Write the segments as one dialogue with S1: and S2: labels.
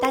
S1: 大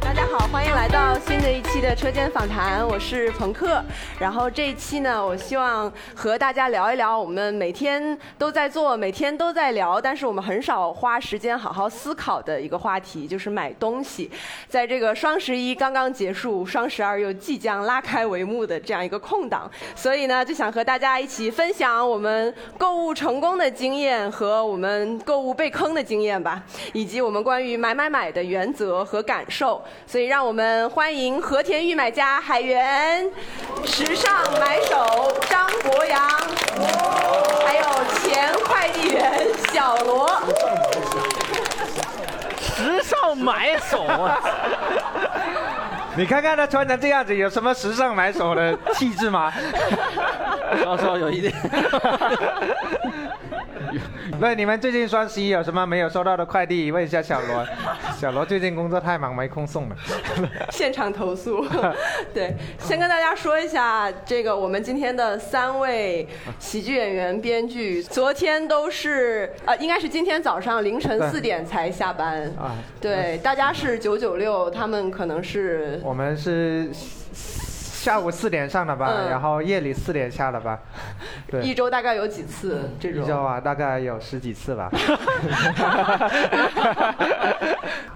S2: 大家好，欢迎来到新的一期的车间访谈，我是朋克。然后这一期呢，我希望和大家聊一聊我们每天都在做、每天都在聊，但是我们很少花时间好好思考的一个话题，就是买东西。在这个双十一刚刚结束，双十二又即将拉开帷幕的这样一个空档，所以呢，就想和大家一起分享我们购物成功的经验和我们购物被坑的经验吧，以及我们关于买买买的原则和感受。所以，让我们欢迎和田玉买家海源、时尚买手张博洋，还有前快递员小罗。
S3: 时尚买手啊！
S4: 你看看他穿成这样子，有什么时尚买手的气 质吗？
S3: 稍稍有一点。
S4: 问你们最近双十一有什么没有收到的快递？问一下小罗，小罗最近工作太忙，没空送了。
S2: 现场投 诉。对，先跟大家说一下，这个我们今天的三位喜剧演员、编剧，昨天都是呃，应该是今天早上凌晨
S4: 对
S2: 四点才下班
S4: 啊。
S2: 对，大家是九九六，他们可能是
S4: 我们是下午四点上的班，
S2: 嗯
S4: 然后夜里四点下的班。对，
S2: 一周大概有几次这
S4: 一
S2: 种。
S4: 周啊，大概有十几 次吧。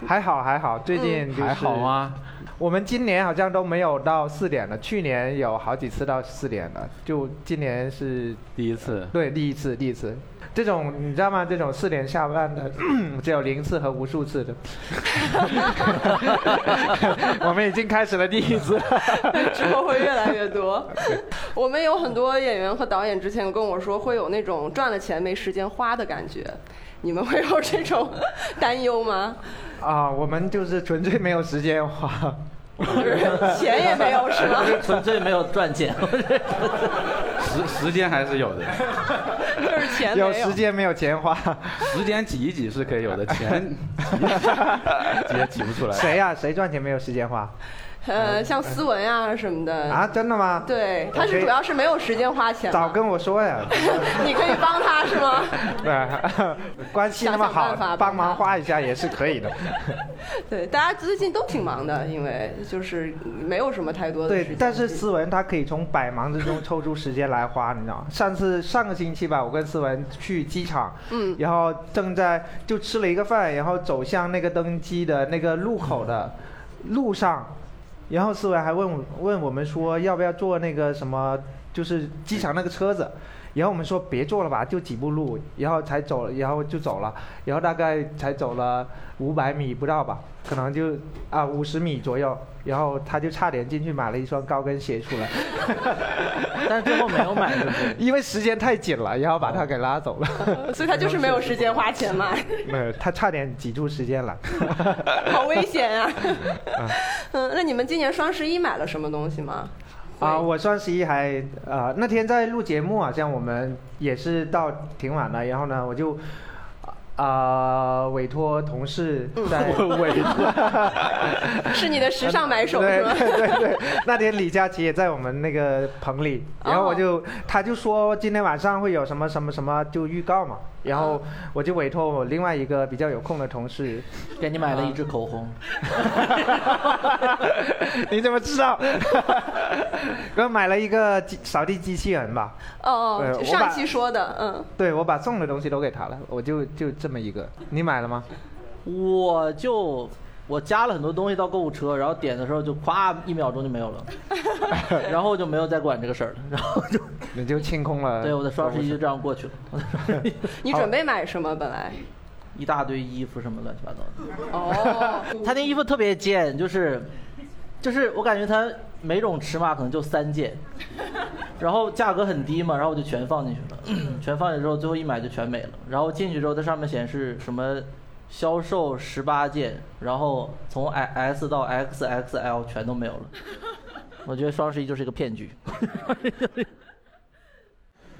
S4: 还好还好，最
S2: 嗯
S4: 近、就是
S3: 还好？啊吗？
S4: 我们今年好像都没有到四点了，去年有好几次到四点了，就今年是
S3: 第一次，
S4: 对，第一次，第一次。这种你知道吗？这种四点下班的， 只有零次和无数次的。 我们已经开始了第一次 了。
S2: 之后会越来越多。我们有很多演员和导演之前跟我说，会有那种赚了钱没时间花的感觉。你们会有这种担忧吗？
S4: 啊，我们就是纯粹没有时间花。
S2: 就是钱也没有是吗？
S3: 纯粹没有赚钱。
S5: 时时间还是有的，
S2: 就是钱没
S4: 有
S2: 有。
S4: 时间没有钱花，
S5: 时间挤一挤是可 以有的，钱挤也挤不出来。
S4: 谁呀、谁赚钱没有时间花
S2: 呃，像斯文啊什么的。
S4: 啊？真的吗？，
S2: 对，他是
S4: OK
S2: 主要是没有时间花钱嘛。
S4: 早跟我说呀。
S2: 你可以帮他是吗？
S4: 对， 关系那么
S2: 想
S4: 好
S2: 想办法，
S4: 帮忙花一下也是可以的。
S2: 对，大家最近都挺忙的，因为就是没有什么太多的时
S4: 对
S2: 间，
S4: 但是思文他可以从百忙之中抽出时间来花，你知道吗？上次上个星期吧，我跟思文去机场，
S2: 嗯
S4: 然后正在就吃了一个饭，然后走向那个登机的那个路口的
S2: 嗯
S4: 路上，然后思文还问我问我们说要不要坐那个什么，就是机场那个车子。然后我们说别坐了吧，就几步路，然后才走，然后就走了，然后大概才走了五百米不到吧，可能就啊五十米左右，然后他就差点进去买了一双高跟鞋出来，
S3: 但最后没有买，对不对？
S4: 因为时间太紧了，然后把他给拉走了。
S2: 所以他就是没有时间花钱嘛。
S4: 没有， 他差点挤出时间来。
S2: 好危险 啊！嗯，那你们今年双十一买了什么东西吗？
S4: 啊，我双十一还呃那天在录节目啊，像我们也是到挺晚了，然后呢我就。啊、委托同事在委托，
S2: 是你的时尚买手
S4: 对
S2: 是吗？
S4: 对对对，那天李佳琦也在我们那个棚里，然后我就、他就说今天晚上会有什么什么什么就预告嘛，然后我就委托我另外一个比较有空的同事，
S3: 给你买了一支口 红，
S4: 你怎么知道？ 给我买了一个机扫地机器人吧，
S2: 哦，
S4: 对
S2: 就
S4: 我
S2: 上
S4: 把
S2: 期说的，嗯，
S4: 对我把送的东西都给他了，我就就这么一个，你买了吗？
S3: 我就我加了很多东西到购物车，然后点的时候就咵一秒钟就没有 了，然后就没有再管这个事儿了，然后就
S4: 你就清空 了。
S3: 对我的双十一就这样过去了，我的 双十一
S2: 你准备买什么本来？
S3: 一大堆衣服什么乱七八糟的。
S2: 哦，
S3: 他那衣服特别尖，就是，就是我感觉他每种尺码可能就三件，然后价格很低嘛，然后我就全放进去了，全放进去之后最后一买就全没了。然后进去之后，它上面显示什么销售十八件，然后从 S 到 XXL 全都没有了。我觉得双十一就是一个骗局。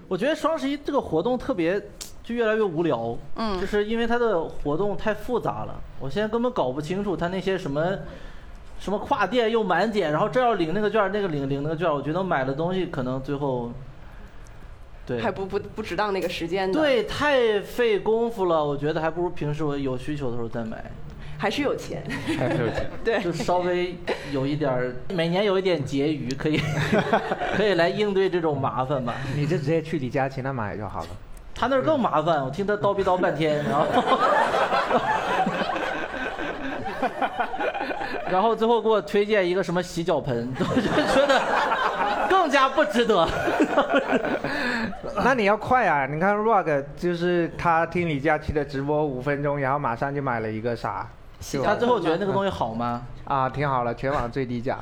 S3: 我觉得双十一这个活动特别，就越来越无聊。嗯，就是因为它的活动太复杂了，我现在根本搞不清楚它那些什么什么跨店又满减，然后这要领那个券儿，那个领领那个券儿，我觉得买的东西可能最后，对，
S2: 还不不不值当那个时间的，，
S3: 对，太费功夫了，我觉得还不如平时我有需求的时候再买，
S2: 还是有钱，
S5: 还是有钱。
S2: 对
S3: 就稍微有一点儿，每年有一点结余，可以可以来应对这种麻烦吧。
S4: 你就直接去李佳琦那买就好了。
S3: 他那儿更麻烦，我听他叨逼叨半天，然后，然后最后给我推荐一个什么洗脚盆， 我就觉得更加不值得。
S4: 那你要快啊！你看 Rog 就是他听李佳琦的直播五分钟，然后马上就买了一个啥，就
S3: 他最后觉得那个东西好吗？
S4: 啊，挺好了，全网最低 价。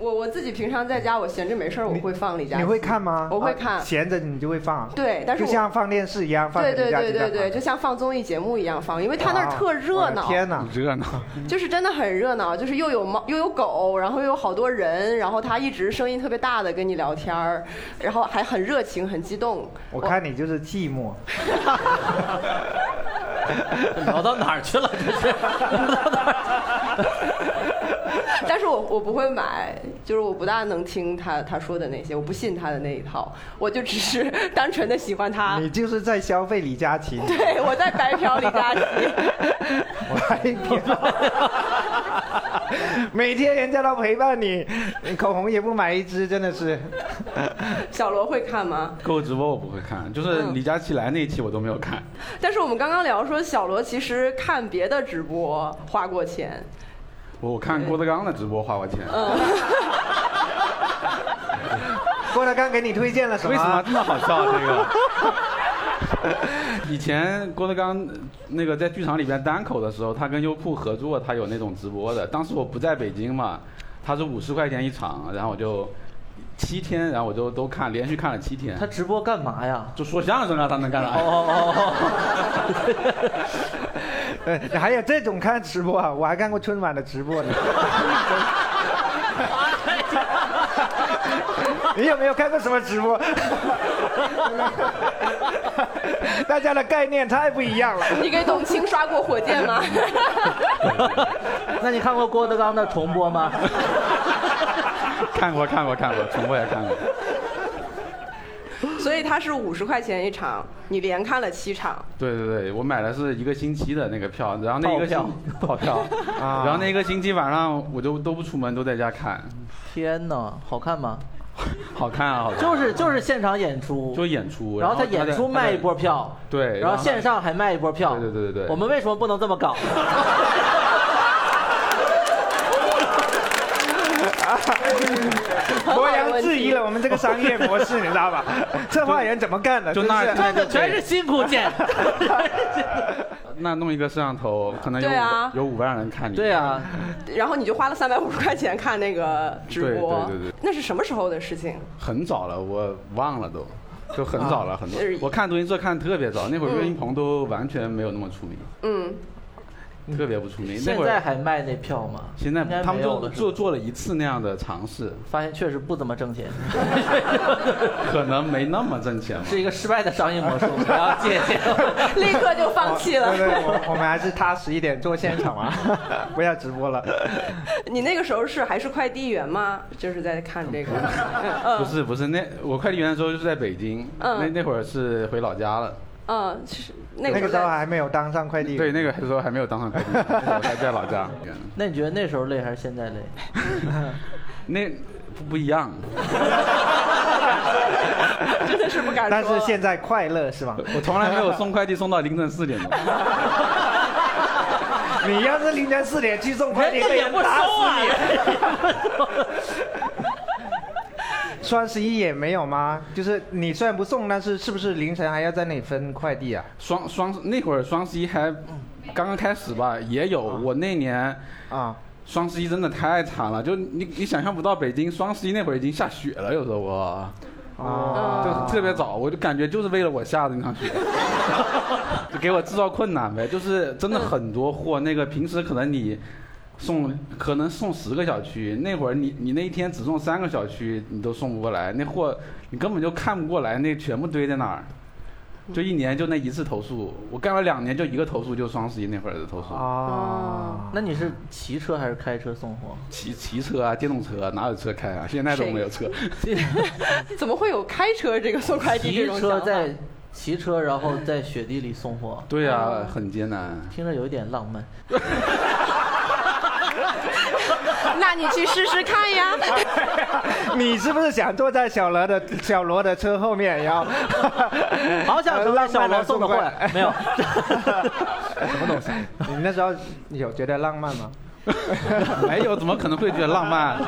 S2: 我我自己平常在家我闲着没事儿我会放李佳琦，
S4: 你会看吗？
S2: 我会看
S4: 啊闲着你就会放。
S2: 对但是
S4: 就
S2: 我
S4: 像放电视一样放着
S2: 对
S4: 李
S2: 对
S4: 佳
S2: 对
S4: 琦在
S2: 对
S4: 放。
S2: 对，就像放综艺节目一样放，因为他那儿特热
S4: 啊
S2: 闹，
S4: 我的天哪！
S5: 热闹，
S2: 就是真的很热闹，就是又有猫又有狗，然后又有好多人，然后他一直声音特别大的跟你聊天儿，然后还很热情很激动。
S4: 我看你就是寂寞。
S3: 聊到哪儿去了？这是。
S2: 但是我我不会买，就是我不大能听他他说的那些，我不信他的那一套，我就只是 单纯的喜欢他
S4: 你。就是在消费李佳琦，
S2: 对，我在白嫖李佳琦，
S4: 我还一每天人家都陪伴你，你口红也不买一支，真的是。
S2: 小罗会看吗？
S5: 购物直播我不会看，就是
S2: 嗯
S5: 李佳琦来那一期我都没有看。
S2: 但是我们刚刚聊说，小罗其实看别的直播花过钱，
S5: 我我
S3: 嗯
S5: 看郭德纲的直播花过钱，
S4: 郭德纲给你推荐了什么？
S5: 为什 么这么好笑？这个。以前郭德纲那个在剧场里边单口的时候，他跟优酷合作，他有那种直播的。当时我不在北京嘛，他是五十块钱一场，然后我就七天，然后我就都看，连续看了七天
S3: 他。直播干嘛呀？
S5: 就说相声啊，他能干啥？
S3: 哦哦
S4: 呃，还有这种看直播啊，我还看过春晚的直播呢。 你有没有看过什么直播？ 大家的概念太不一样了。
S2: 你给董卿刷过火箭吗？
S3: 哦，那你看过郭德纲的重播吗？
S5: 看过，看过，看过，重播也看过。
S2: 所以他是五十块钱一场，你连看了七场，
S5: 对对对，我买的是一个星期的那个票，然后那一个星
S3: 跑票。
S4: 啊
S5: 然后那一个星期晚上我就都不出门，都在家看，
S3: 天哪，好看吗？
S5: 好看啊，好看。
S3: 就是就是现场演出，
S5: 就演出，
S3: 然后他
S5: 的
S3: 演出卖一波，票，
S5: 他的对
S3: 然
S5: 然
S3: 后
S5: 后
S3: 线上还卖一波票，
S5: 对对对对对
S3: 我们为什么不能这么 搞？
S4: 博洋质疑了我们这个商业模式，你知 道吧？策划人怎么干的？
S5: 就
S4: 真
S5: 那
S4: 是
S3: 赚的哎全是辛苦 钱。
S5: 他的那弄一个摄像头，可能有
S2: 对啊
S5: 五有五万人看你。
S3: 对，啊，
S2: 然后你就花了三百五十块钱看那个直播，
S5: 对对对对
S2: 那是什么时候的事情？
S5: 很早了，我忘了都，就很早
S3: 啊
S5: 了，很早
S2: 是。
S5: 我看德云社看得特别早，那会
S3: 嗯
S5: 儿岳云鹏都完全没有那么出名，
S2: 嗯，
S5: 特别不出名。那
S3: 现
S5: 会
S3: 在
S5: 儿
S3: 还卖那票吗？
S5: 现在
S3: 应该
S5: 他
S3: 没
S5: 们
S3: 有
S5: 就
S3: 了
S5: 就是
S3: 吧
S5: 做了一次那样的尝试，
S3: 发现确实不怎么挣钱，
S5: 可能没那么挣钱嘛。
S3: 是一个失败的商业模式，我们 要借鉴。
S2: 立刻就放弃了。
S4: 哦对对，我我们还是踏实一点做现场啊， 不要直播了。
S2: 你那个时候是还是快递员吗？就是在看这个，
S5: 不
S2: 嗯
S5: 是不是，那我快递员的时候就是在北京，
S2: 嗯
S5: 那那会儿是回老家了。
S2: 嗯，是那个
S4: 那
S2: 时
S4: 个
S2: 候
S4: 时候啊
S2: 在
S4: 还没有当上快递员。
S5: 对，那个时候还没有当上快递 员，我还在老家。
S3: 那你觉得那时候累还是现在累？
S5: 那不不一样，
S2: 真的是不敢说
S4: 但
S2: 了。
S4: 是现在快乐是吧？
S5: 我从来没有送快递送到凌晨四点的。
S4: 你要是凌晨四点去送快递，
S3: 人家
S4: 被
S3: 也
S4: 人
S3: 不
S4: 打
S3: 收
S4: 死
S3: 啊
S4: 你。双十一也没有吗？就是你虽然不送，但是是不是凌晨还要在那里分快递啊？
S5: 双双那会儿双十一还刚刚开始吧，也有。我那年
S4: 啊，
S5: 双十一真的太惨了，就你你想象不到，北京双十一那会儿已经下雪了，有时候我。
S2: 嗯
S4: 啊
S5: 就特别早，我就感觉就是为了我下的那场雪，就给我制造困难呗。就是真的很多货，那个平时可能你送可能送十个小区，那会儿你你那一天只送三个小区，你都送不过来，那货你根本就看不过来，那全部堆在那儿。就一年就那一次投诉，我干了两年就一个投诉，就双十一那会儿的投诉。
S2: 嗯
S4: 啊，
S3: 那你是骑车还是开车送货？
S5: 骑骑车啊，电动车哪有车开啊？现在都没有车。
S2: 怎么会有开车这个送快递这
S3: 骑
S2: 种
S3: 车
S2: 想法？
S3: 在骑车，然后在雪地里送货，
S5: 对呀、很艰难。
S3: 听着有一点浪漫。
S2: 那你去试试看呀。
S4: 你是不是想坐在小罗的小罗的车后面，然后
S3: 好想成为小罗送的货呀，没有，
S4: 什么东西？你那时候有觉得浪漫吗？
S5: 没有，怎么可能会觉得浪漫？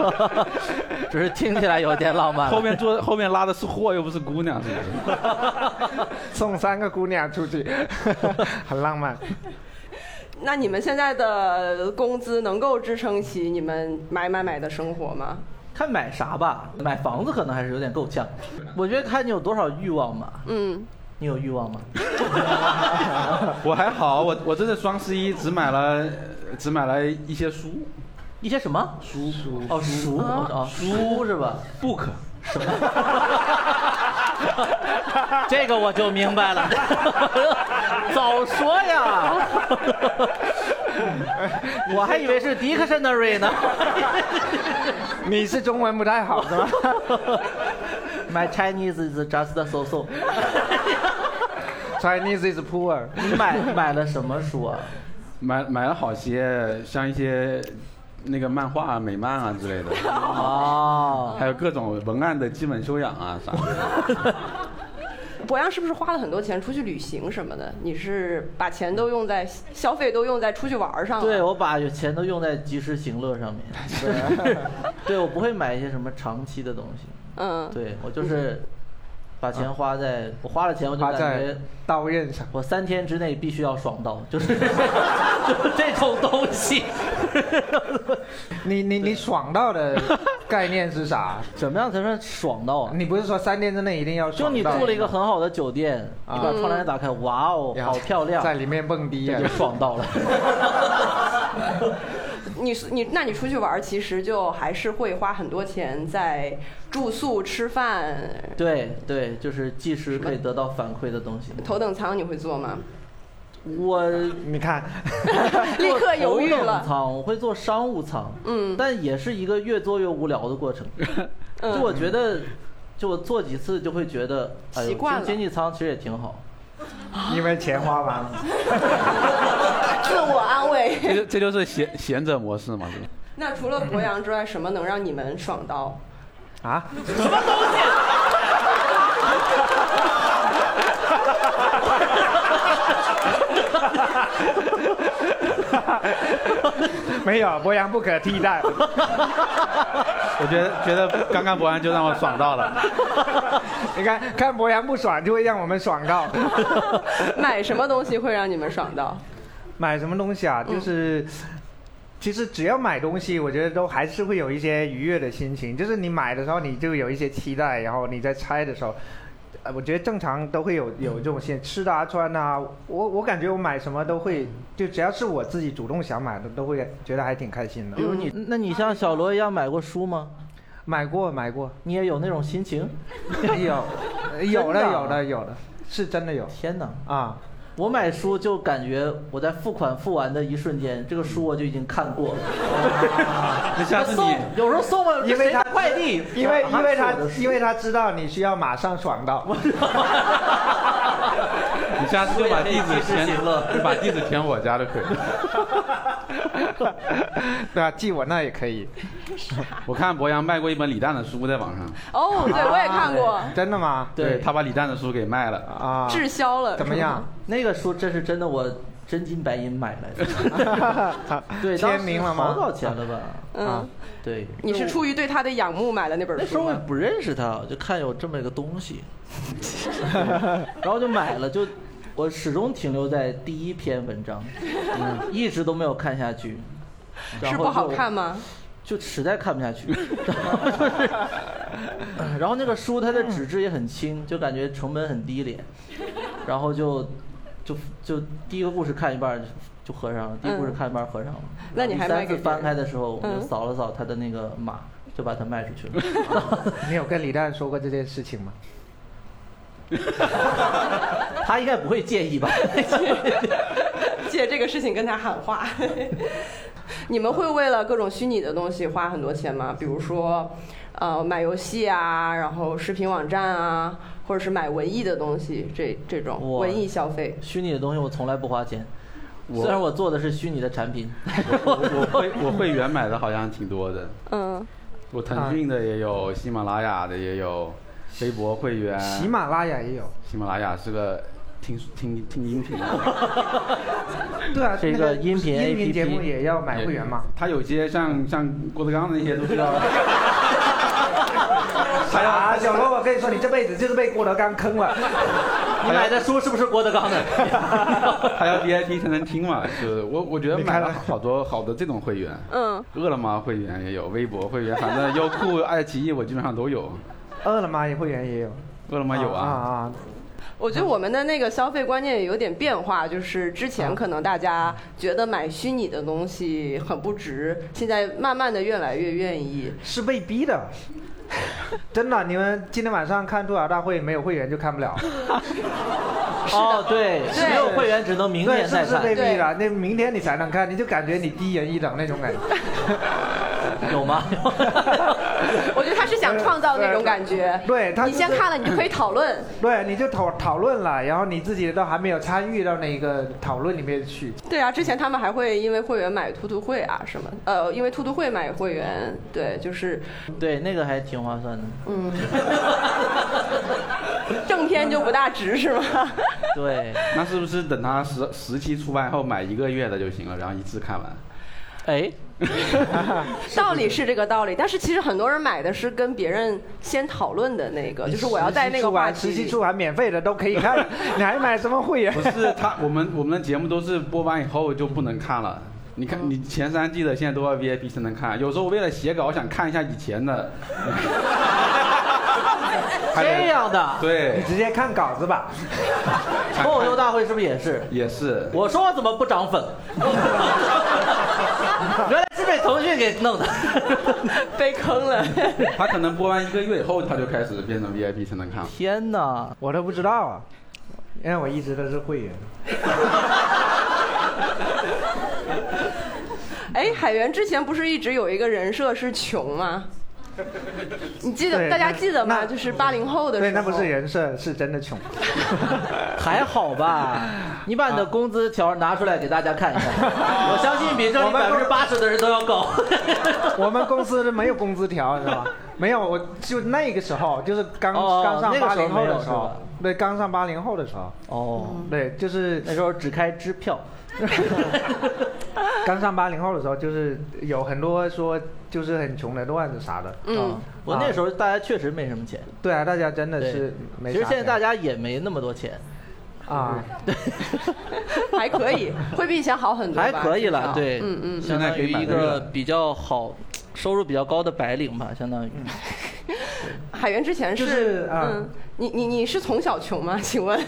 S3: 只是听起来有点浪 漫。
S5: 后面坐后面拉的是货，又不是姑娘，是 不是？
S4: 送三个姑娘出去， 很浪漫。
S2: 那你们现在的工资能够支撑起你们买买买的生活吗？
S3: 看买啥吧，买房子可能还是有点够呛。我觉得看你有多少欲望吧。
S2: 嗯，
S3: 你有欲望吗？
S5: 我还好，我我这次双十一只买了只买了一些书
S3: 一些什么
S5: 书书
S3: 哦，熟哦，书是吧？
S5: book，
S3: 这个我就明 白了，早说呀！ 我还以为是 dictionary 呢。
S4: 你是中文不太好 是吧？
S3: My Chinese is just so so。
S4: Chinese is poor。
S3: 你买买了什么书啊？
S5: 买买了好些，像一些那个漫画、啊、美漫啊之类的，
S3: 哦，
S5: 还有各种文案的基本修养啊 啥的。
S2: 博洋是不是花了很多钱出去旅行什么的？你是把钱都用在消费都用在出去玩儿上了？
S4: 啊
S3: 对，我把有钱都用在及时行乐上面。对，对我不会买一些什么长期的东西。
S2: 嗯，
S3: 对我就是把钱花在，我花了钱我就
S4: 啊花
S3: 感
S4: 在
S3: 觉
S4: 刀刃上。
S3: 我三天之内必须要爽到，就是 就是这种东西。
S4: 你你你爽到的概念 是啥？
S3: 怎么样才算爽到啊？
S4: 你不是说三天之内一定要
S3: 就
S4: 爽到？
S3: 你住了一个很好的酒店，你把窗帘打开，哇哦，
S4: 然后
S3: 好漂亮，
S4: 在里面蹦迪
S3: 这
S4: 啊
S3: 就！爽到 了。
S2: 你是你那你出去玩儿其实就还是会花很多钱在住宿、吃饭、
S3: 对对，就是即时可以得到反馈的东西。
S2: 头等舱，你会坐吗？
S3: 我
S4: 你看，
S2: 立刻
S3: 坐
S2: 犹豫
S3: 头等
S2: 了。
S3: 舱，我会坐商务舱，
S2: 嗯
S3: 但也是一个越坐越无聊的过程。就我觉得，就我坐几次就会觉得，哎呦
S2: 习惯了
S3: 经经济舱其实也挺好。
S4: 因为钱花完了。
S2: 自我安慰。
S5: 这就这就是闲闲者模式嘛，是吧？
S2: 那除了博洋之外，什么能让你们爽到？
S4: 啊？什么 东西？没有，博洋不可替代。
S5: 我觉得觉得刚刚博安就让我爽到 了。
S4: 你看，看博洋不爽，就会让我们爽到。
S2: 买什么东西会让你们爽到？
S4: 买什么东西
S3: 嗯
S4: 啊？就是，其实只要买东西，我觉得都还是会有一些愉悦的心情。就是你买的时候，你就有一些期待，然后你在拆的时候，呃，我觉得正常都会
S3: 嗯
S4: 有有这种现吃的啊、穿的啊，我我感觉我买什么都
S3: 嗯
S4: 会，就只要是我自己主动想买的，都会觉得还挺开心的嗯
S3: 比。如
S2: 嗯
S3: 你，那你像小罗一样买过书吗？
S4: 买过，买 过，
S3: 你也有那种心情？
S4: 有， 有
S3: 真的
S4: 的，
S3: 啊
S4: 有的，有的，是真的有
S3: 天哪！
S4: 啊。
S3: 我买书就感觉我在付款付完的一瞬间，这个书我就已经看过了。
S5: 那下次
S3: 送
S5: 你
S3: 有时候送了，
S4: 因为
S3: 谁
S4: 他
S3: 的快递，啊
S4: 因为因为他
S3: 是我的书
S4: 因为他知道你需要马上爽到，
S5: 你下次就把地址
S3: 我也可以
S5: 填
S3: 及时行乐，
S5: 就把地址填我家就可以了。
S4: 对啊，寄我 那也可以。
S5: 我看博洋卖过一本李诞的书在网上，
S2: 哦，对我也看过，
S4: 真的吗？
S3: 啊对
S5: 他把李诞的书给卖 了。
S4: 啊，
S2: 滞销了。
S4: 怎么样？
S3: 那个书，这是真的，我真金白银买来的。 对，当时
S4: 签名了
S3: 好早
S4: 吗？
S3: 钱了吧？
S4: 啊
S2: 嗯，
S3: 对，
S2: 你是出于对他的仰慕买了那
S3: 那
S2: 本
S3: 时候
S2: 书
S3: 我也
S2: 吗？
S3: 不认识他，就看有这么一个东西， 然后就买了，就我始终停留在第一篇文章，
S4: 嗯
S3: 一直都没有看下去。然
S2: 是
S3: 后
S2: 不好
S3: 就
S2: 看吗？
S3: 就实在看不下去， 然后就是，然后那个书它的纸质也很轻，就感觉成本很低廉，然后就就就第一个故事看一半儿就合上了，第一个故事看一半儿合上了。
S2: 嗯那你还
S3: 然
S2: 卖
S3: 后第三
S2: 给
S3: 次翻
S2: 别人
S3: 开的时候，我就
S2: 嗯
S3: 扫了扫它的那个码，就把它卖出去了。
S4: 你有跟李诞说过这件事情吗？
S3: 他应该不会介 意吧？
S2: 借这个事情跟他喊话。 你们会为了各种虚拟的东西花很多钱吗？比如说，呃，买游戏啊，然后视频网站啊，或者是买文艺的东西，这这种
S3: 我
S2: 文艺消费。
S3: 虚拟的东西我从来不花钱，
S5: 我
S3: 虽然我做的是虚拟的产 品，
S5: 我我会我会员买的好像挺多的，
S2: 嗯，
S5: 我
S4: 啊
S5: 腾讯的也有，喜马拉雅的也有，微博会员。
S3: 呃
S4: 喜马拉雅也有，
S5: 喜马拉雅是个听听听音频的，
S4: 对啊，
S3: 是一
S4: 那
S3: 个
S4: 个
S3: 音频
S4: 音
S3: APP
S4: 频节目也要 买会员嘛。
S5: 他有些像像郭德纲那些都 是要，还要
S4: 啊，小罗，我跟你说，你这辈子就是被郭德纲坑了。
S3: 你买的书是不是郭德纲的？
S5: 还要 VIP 才能听嘛。就是我我觉得
S4: 你
S5: 买
S4: 看
S5: 了
S4: 看
S5: 好多好的这种会员，
S2: 嗯，
S5: 饿了么会员也有，微博会员，反正优酷、爱奇艺我基本上都有。
S4: 饿了么也会员也有。
S5: 饿了么有
S4: 啊
S5: 啊，
S4: 啊，
S2: 我觉得我们的那个消费观念也有点变化，就是之
S4: 嗯
S2: 前可能大家觉得买虚拟的东西很不值，现在慢慢的越来越愿 意。
S4: 是被逼的。真的，你们今天晚上看吐槽大会没有会员就看不了，
S3: 哦，对，
S2: 对
S3: 没有会员只能明
S4: 对，
S3: 年
S4: 是
S3: 再
S4: 不是被
S3: 看，
S4: 逼的？那明天你才能看，你就感觉你低人一等那种感觉。
S3: 有吗？
S2: 我觉得他是想创造那种感觉。
S4: 对他
S2: 你先
S4: 就是嗯
S2: 看了，你就可以讨论。
S4: 对，你就讨讨论了，然后你自己都还没有参与到那个讨论里面去。
S2: 对啊，之前他们还会因为会员买兔兔会啊什么，呃，因为兔兔会买会员，对，就是
S3: 对，那个还挺划算的。
S2: 嗯，正片就不大值是吗？
S3: 对，
S5: 那是不是等它十十期出完后买一个月的就行了，然后一次看完？
S3: 哎，
S2: 道理是这个道理，但是其实很多人买的是跟别人先讨论的那个，就是我要在那个话
S4: 玩，
S2: 题
S4: 实习
S2: 里
S4: 出。完免费的都可以看，你还买什么会员
S5: 不？是他，我们我们的节目都是播完以后就不能看了。你看，
S2: 嗯
S5: 你前三季的现在都要 VIP 才能看。有时候为了写稿，我想看一下以前的。还得
S3: 这样的，
S5: 对
S4: 你，直接看稿子吧。
S5: 看
S3: 脱口秀大会是不是也是？
S5: 也是。
S3: 我说我怎么不涨 粉？原来是被腾讯给弄的。
S2: 被坑 了，
S5: 他可能播完一个月以后，他就开始变成 VIP 才能看。
S3: 天哪！
S4: 我都不知道啊，因为我一直都是会员。
S2: 哎，海源之前不是一直有一个人设是穷吗？你记得
S4: 对
S2: 大家记得吗？
S4: 那
S2: 就是八零后的时候，
S4: 对，那不是人设，是真的穷。
S3: 还好吧？你把你的工资条拿出来给大家看一 看，我相信比这里
S4: 我们
S3: 百
S4: 公
S3: 分之八十的人都要 高。
S4: 我们公司是没有工资条，你知道吧？没有，我就那个时候，就是刚、
S3: 哦
S4: 刚上
S3: 那个
S4: 八
S3: 时候
S4: 零后
S3: 没有
S4: 的
S3: 是
S4: 时
S3: 吧
S4: 候，对，刚上八零后的时候，
S3: 哦，
S4: 对，就是
S3: 那时候只开支票。
S4: 刚上八零后的时候，就是有很多说就是很穷的段子啥的。
S2: 嗯，
S3: 我那时候大家确实没什么钱，
S4: 对啊，大家真的
S3: 啊对
S4: 是没
S3: 其
S4: 啥钱。
S3: 实现在大家也没那么多钱，
S4: 啊，
S2: 还可以，会比以前好很多吧，
S3: 还可以
S2: 至
S3: 了，
S2: 少
S3: 对，
S2: 嗯嗯，
S3: 相当于一
S5: 现在可以买
S3: 个
S5: 了
S3: 比较好、收入比较高的白领吧，相当于。
S2: 海源之前是，
S4: 就是啊
S2: 嗯，你你你是从小穷吗？请问，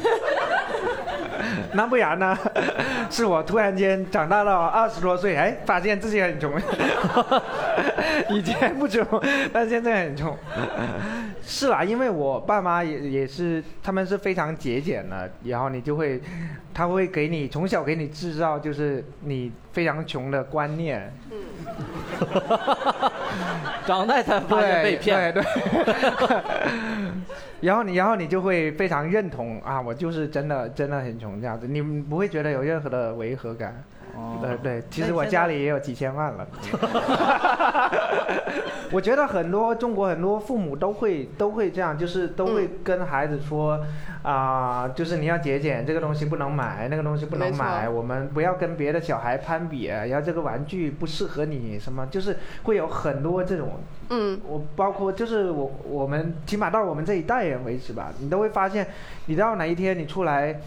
S4: 那不然呢？ 是我突然间长大到二十多岁，哎，发现自己很穷。 以前不穷，但现在很穷。是啦，因为我爸妈也也是，他们是非常节俭的，然后你就会，他会给你从小给你制造就是你非常穷的观念，
S3: 长大才发现
S4: 对
S3: 被骗，
S4: 对对。 然后你，然后你就会非常认同啊，我就是真的真的很穷这样子，你不会觉得有任何的违和感。
S3: 哦
S4: 对对，其
S3: 那
S4: 实
S3: 你
S4: 我
S3: 现
S4: 家
S3: 在
S4: 里也有几千万了。 我觉得很多中国很多父母都会都会这样，就是都
S3: 嗯
S4: 会跟孩子说，啊、就是你要节俭，这个东西不能买，那个东西不能
S2: 没错
S4: 买，我们不要跟别的小孩攀比，然后这个玩具不适合你，什么就是会有很多这种
S2: 嗯，
S4: 我包括就是我我们起码到我们这一代人为止吧，你都会发现，你到哪一天你出来，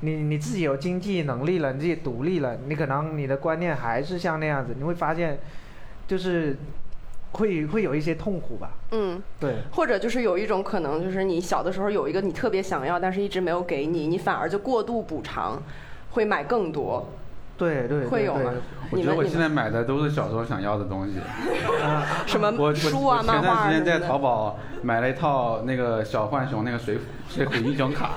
S4: 你你自己有经济能力了，你自己独立了，你可能你的观念还是像那样子，你会发现，就是会会有一些痛苦吧。
S2: 嗯，
S4: 对，
S2: 或者就是有一种可能，就是你小的时候有一个你特别想要，但是一直没有给你，你反而就过度补偿，会买更多，
S4: 对对，
S2: 会有
S4: 对
S2: 吗？
S5: 我
S2: 你
S5: 觉得
S2: 们
S5: 我
S2: 你
S5: 现
S2: 们
S5: 在买的都是小时候想要的东西。
S2: 什
S5: 我
S2: 么
S5: 我
S2: 书
S5: 我
S2: 啊、
S5: 前
S2: 漫画
S5: 段
S2: 啊
S5: 时
S2: 什
S5: 间
S2: 么
S5: 在淘
S2: 的，
S5: 宝买了一套那个小浣熊那个水浒水浒英雄卡，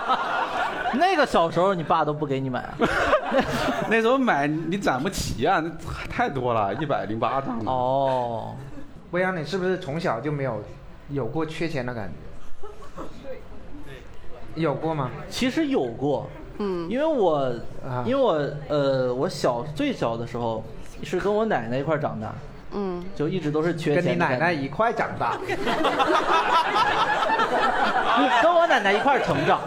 S3: 那个小时候你爸都不给你买 啊？
S5: 那时候买你攒不齐啊，那太多了，一百零八张了。
S3: 哦，
S4: 未央，你是不是从小就没有有过缺钱的感觉？有过吗？
S3: 其实有过，
S2: 嗯
S3: 因为我
S4: 啊，
S3: 因为我呃，我小最小的时候是跟我奶奶一块儿长大，
S2: 嗯，
S3: 就一直都是缺
S4: 跟
S3: 钱的
S4: 你奶奶
S3: 感觉
S4: 一块长大，
S3: 跟我奶奶一块儿成 长。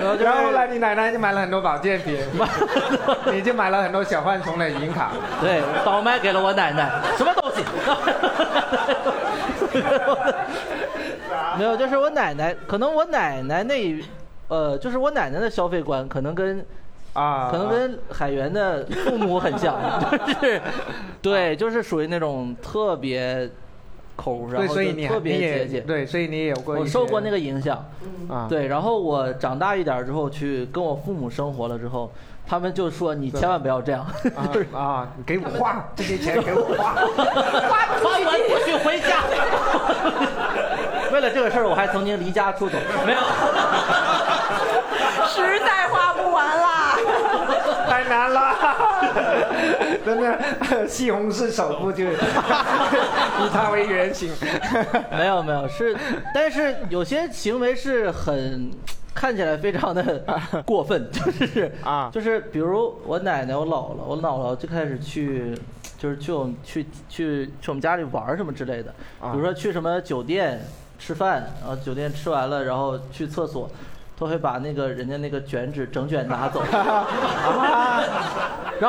S3: 然后就是
S4: 然后后来你奶奶就买了很多保健 品，你就买了很多小浣熊的银卡。
S3: 对，倒卖给了我奶奶，什么东西？ 没有，就是我奶奶，可能我奶奶那一，呃，就是我奶奶的消费观，可能跟
S4: 啊，
S3: 可能跟海源的父母很像，就是对，就是属于那种特别抠，然
S4: 对，
S3: 后
S4: 所
S3: 就
S4: 以你
S3: 特别
S4: 你
S3: 节
S4: 也
S3: 俭。
S4: 对，所以你也有过一些，
S3: 我受过那个影响，
S4: 啊，，
S3: 对，然后我长大一点儿之后去跟我父母生活了之后，他们就说你千万不要这样，
S4: 啊
S3: 就是
S4: 啊，你给我花这些钱，给我 花，
S3: 花完不许回家。 为了这个事儿，我还曾经离家出走，没有。
S2: 实在花不完啦。
S4: 太难了， 真的，西红柿首富就 以他为原型，
S3: 没有没有是，但是有些行为是很看起来非常的过分， 就是
S4: 啊
S3: 就是比如我奶奶、我姥姥、我姥姥就开始去，就是去我们去去去我们家里玩儿什么之类的，
S4: 啊
S3: 比如说去什么酒店吃饭，然后酒店吃完了，然后去厕所。都会把那个人家那个卷纸整卷拿 走， 然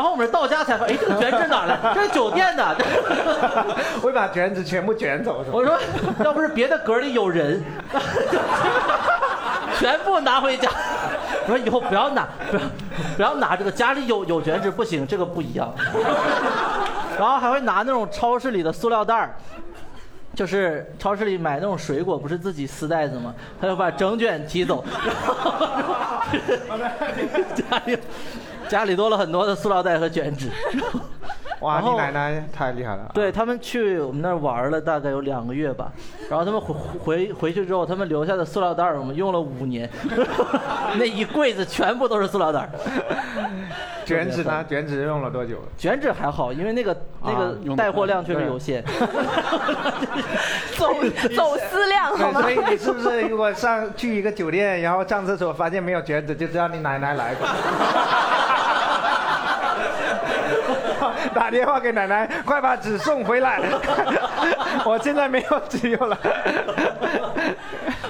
S3: 后我们到家才发现，哎，这个卷纸哪儿来？这是酒店的。
S4: 会把卷子全部卷走是吧？
S3: 我说， 要不是别的格里有人，全部拿回家。 我说以后不要拿，不要不要拿这个，家里有有卷纸不行，这个不一样。 然后还会拿那种超市里的塑料袋儿。就是超市里买那种水果，不是自己撕袋子吗？他就把整卷提走， 然后家里家里多了很多的塑料袋和卷纸。
S4: 哇，
S3: 然后
S4: 你奶奶太厉害了，
S3: 对他们去我们那儿玩了大概有两个月吧，然后他们回回回去之后，他们留下的塑料袋儿我们用了五年， 那一柜子全部都是塑料袋儿。
S4: 卷纸呢？卷纸用了多久了？
S3: 卷纸还好，因为那个那
S5: 啊用
S3: 个
S5: 得
S3: 带货量确
S4: 快
S3: 实
S4: 对
S3: 有限。
S2: 走走私量好
S4: 对，
S2: 吗？
S4: 所以你是不是如果上去一个酒店，然后上厕所发现没有卷纸，就知道你奶奶来过？ 打电话给奶奶，快把纸送回来， 我现在没有纸用了。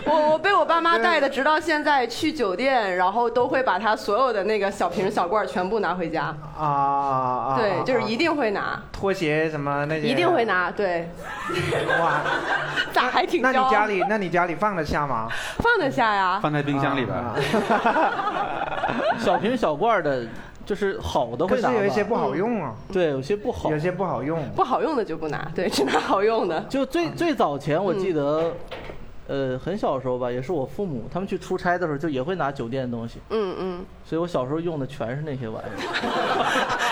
S2: 我我被我爸妈带的，直到现在去酒店，然后都会把他所有的那个小瓶小罐儿全部拿回家。
S4: 啊啊！
S2: 对，就是一
S4: 啊
S2: 定会拿，
S4: 拖鞋什么那些，
S2: 一定会拿。对，
S4: 哇！
S2: 咋还挺
S4: 那
S2: 骄
S4: 你
S2: 傲
S4: 家里， 那你家里放得下吗？
S2: 放得下呀？
S5: 放在冰箱里边。
S4: 啊
S3: 小瓶小罐儿的，就是好的
S4: 可
S3: 会
S4: 是
S3: 拿吧。
S4: 有一些不好用啊，
S3: 对，有些不好
S4: 有。些不好用。
S2: 不好用的就不拿，对，只拿好用的。
S3: 就最
S4: 嗯
S3: 最早前我记得，呃，很小的时候吧，也是我父母他们去出差的时候，就也会拿酒店的东西，
S2: 嗯嗯，
S3: 所以我小时候用的全是那些玩意儿。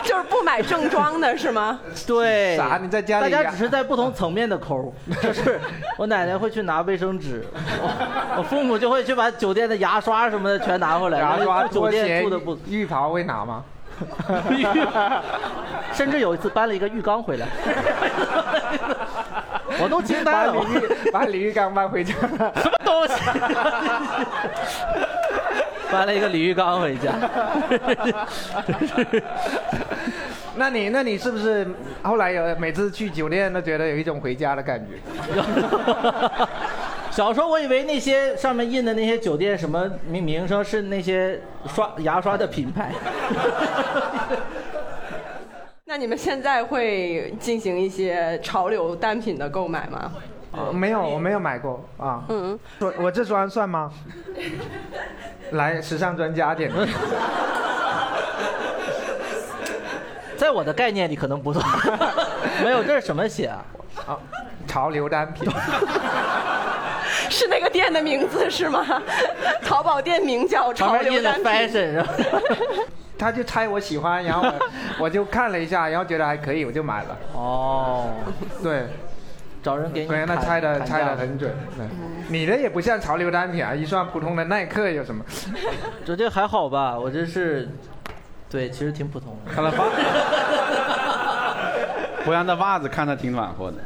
S2: 就是不买正装的是吗？
S3: 对，
S4: 啥你在家里
S3: 大家
S4: 呀
S3: 只是在不同层面的抠， 就是我奶奶会去拿卫生纸，我我父母就会去把酒店的牙刷什么的全拿回来，
S4: 牙
S3: 因
S4: 刷、
S3: 为住酒
S4: 拖
S3: 店
S4: 鞋
S3: 住的不，、
S4: 浴袍会拿吗？
S3: 甚至有一次搬了一个浴缸 回来， 我都惊呆
S4: 把
S3: 了，
S4: 李玉把李玉刚搬回家。
S3: 什么东西？搬了一个鲤鱼缸回 家，
S4: 那你那你是不是后来有每次去酒店都觉得有一种回家的感觉？
S3: 小时候我以为那些上面印的那些酒店什么名名声是那些刷牙刷的品牌，
S2: 那你们现在会进行一些潮流单品的购买吗？
S4: 呃没有，我没有买过啊。
S2: 嗯，
S4: 我我这双算吗？来，时尚专家点评。
S3: 在我的概念里可能不 算。没有，这是什么鞋啊？
S4: 啊，潮流单品。
S2: 是那个店的名字是吗？淘宝店名叫
S3: 旁
S2: 潮
S3: 边
S2: 流
S3: 印的
S2: 单品。
S3: fashion 是吧？
S4: 他就猜我喜欢，然后我我就看了一下，然后觉得还可以，我就买了。
S3: 哦，
S4: 对，
S3: 找人给你
S4: 对，那
S3: 砍
S4: 猜的
S3: 砍
S4: 猜
S3: 价
S4: 的很准。对，你的也不像潮流单品啊，一双普通的耐克有什么？
S3: 这这还好吧？我这是，对，其实挺普通的。
S5: 看来袜，博洋的袜子看着挺暖和的。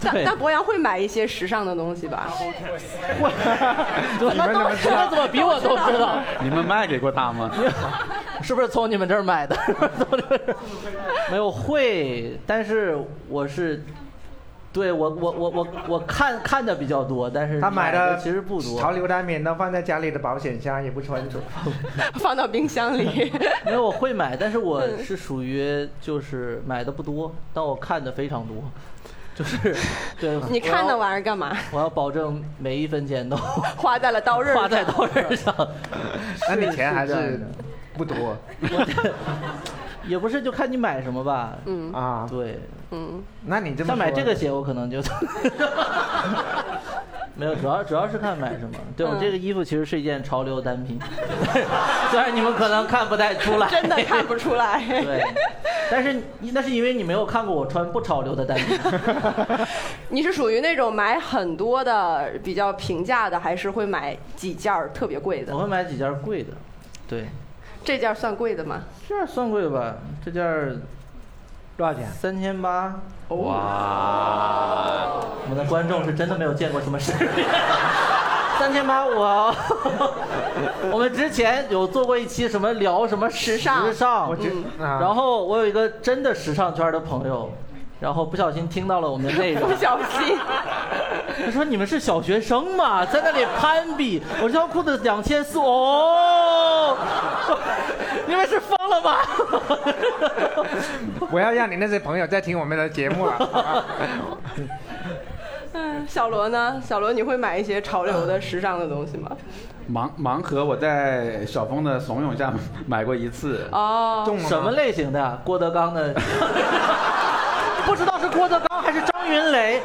S2: 但
S3: 对
S2: 但博洋会买一些时尚的东西吧？
S3: 对
S4: 你们怎么知道
S3: 他怎么比我都知道？
S5: 你们卖给过他吗？
S3: 是不是从你们这儿买的？ 没有会，但是我是，对我我我我我看看的比较多，但是
S6: 他买
S3: 的
S6: 的
S3: 其实不多。
S6: 潮流单品都放在家里的保险箱也不穿 着。
S2: 放到冰箱里。
S3: 没有，我会买，但是我是属于就是买的不多，但我看的非常多， 就是对。
S2: 你看那玩意
S3: 意
S2: 儿干嘛？
S3: 我要保证每一分钱都
S2: 花在了刀刃上。
S3: 花在刀刃 上。
S4: 那你
S3: 是
S4: 钱还
S3: 这样
S4: 是
S3: 的
S4: 不多
S3: 也不是，就看你买什么吧。
S2: 嗯
S4: 啊？
S3: 对，
S4: 那你这么
S3: 像买
S4: 说
S3: 这个鞋，我可 能就没有，主要主要是看买什么。对
S2: 嗯
S3: 我这个衣服其实是一件潮流单品， 虽然你们可能看不太出来，
S2: 真的看不出来。
S3: 对，但是你那是因为你没有看过我穿不潮流的单 品。
S2: 你是属于那种买很多的比较平价的，还是会买几件儿特别贵的
S3: 我？会买几件贵的，对，
S2: 这件儿算贵的吗？
S3: 这件算贵吧？这件
S6: 多少钱？
S3: 三千八。
S5: 哇，
S3: 我们的观众是真的没有见过什 么世面。三千八， 我我们之前有做过一期什么聊什么时
S2: 尚
S3: 时尚
S4: 我觉
S3: 嗯
S4: 啊
S3: 然后我有一个真的时尚圈的朋友，然后不小心听到了我们的内容
S2: 不，小心。
S3: 他说你们是小学生嘛，在那里攀比，我这条裤子两千四哦， 你们是疯了吧？
S4: 我要让你那些朋友在听我们的节目啊！啊
S2: 嗯，小罗呢？小罗，你会买一些潮流的、时尚的东西吗？
S5: 盲盲盒，我在小峰的怂恿下买过一次。
S2: 哦，
S4: 中了吗
S3: 什么？类型的啊？郭德纲的， 不知道是郭德纲还是张云雷。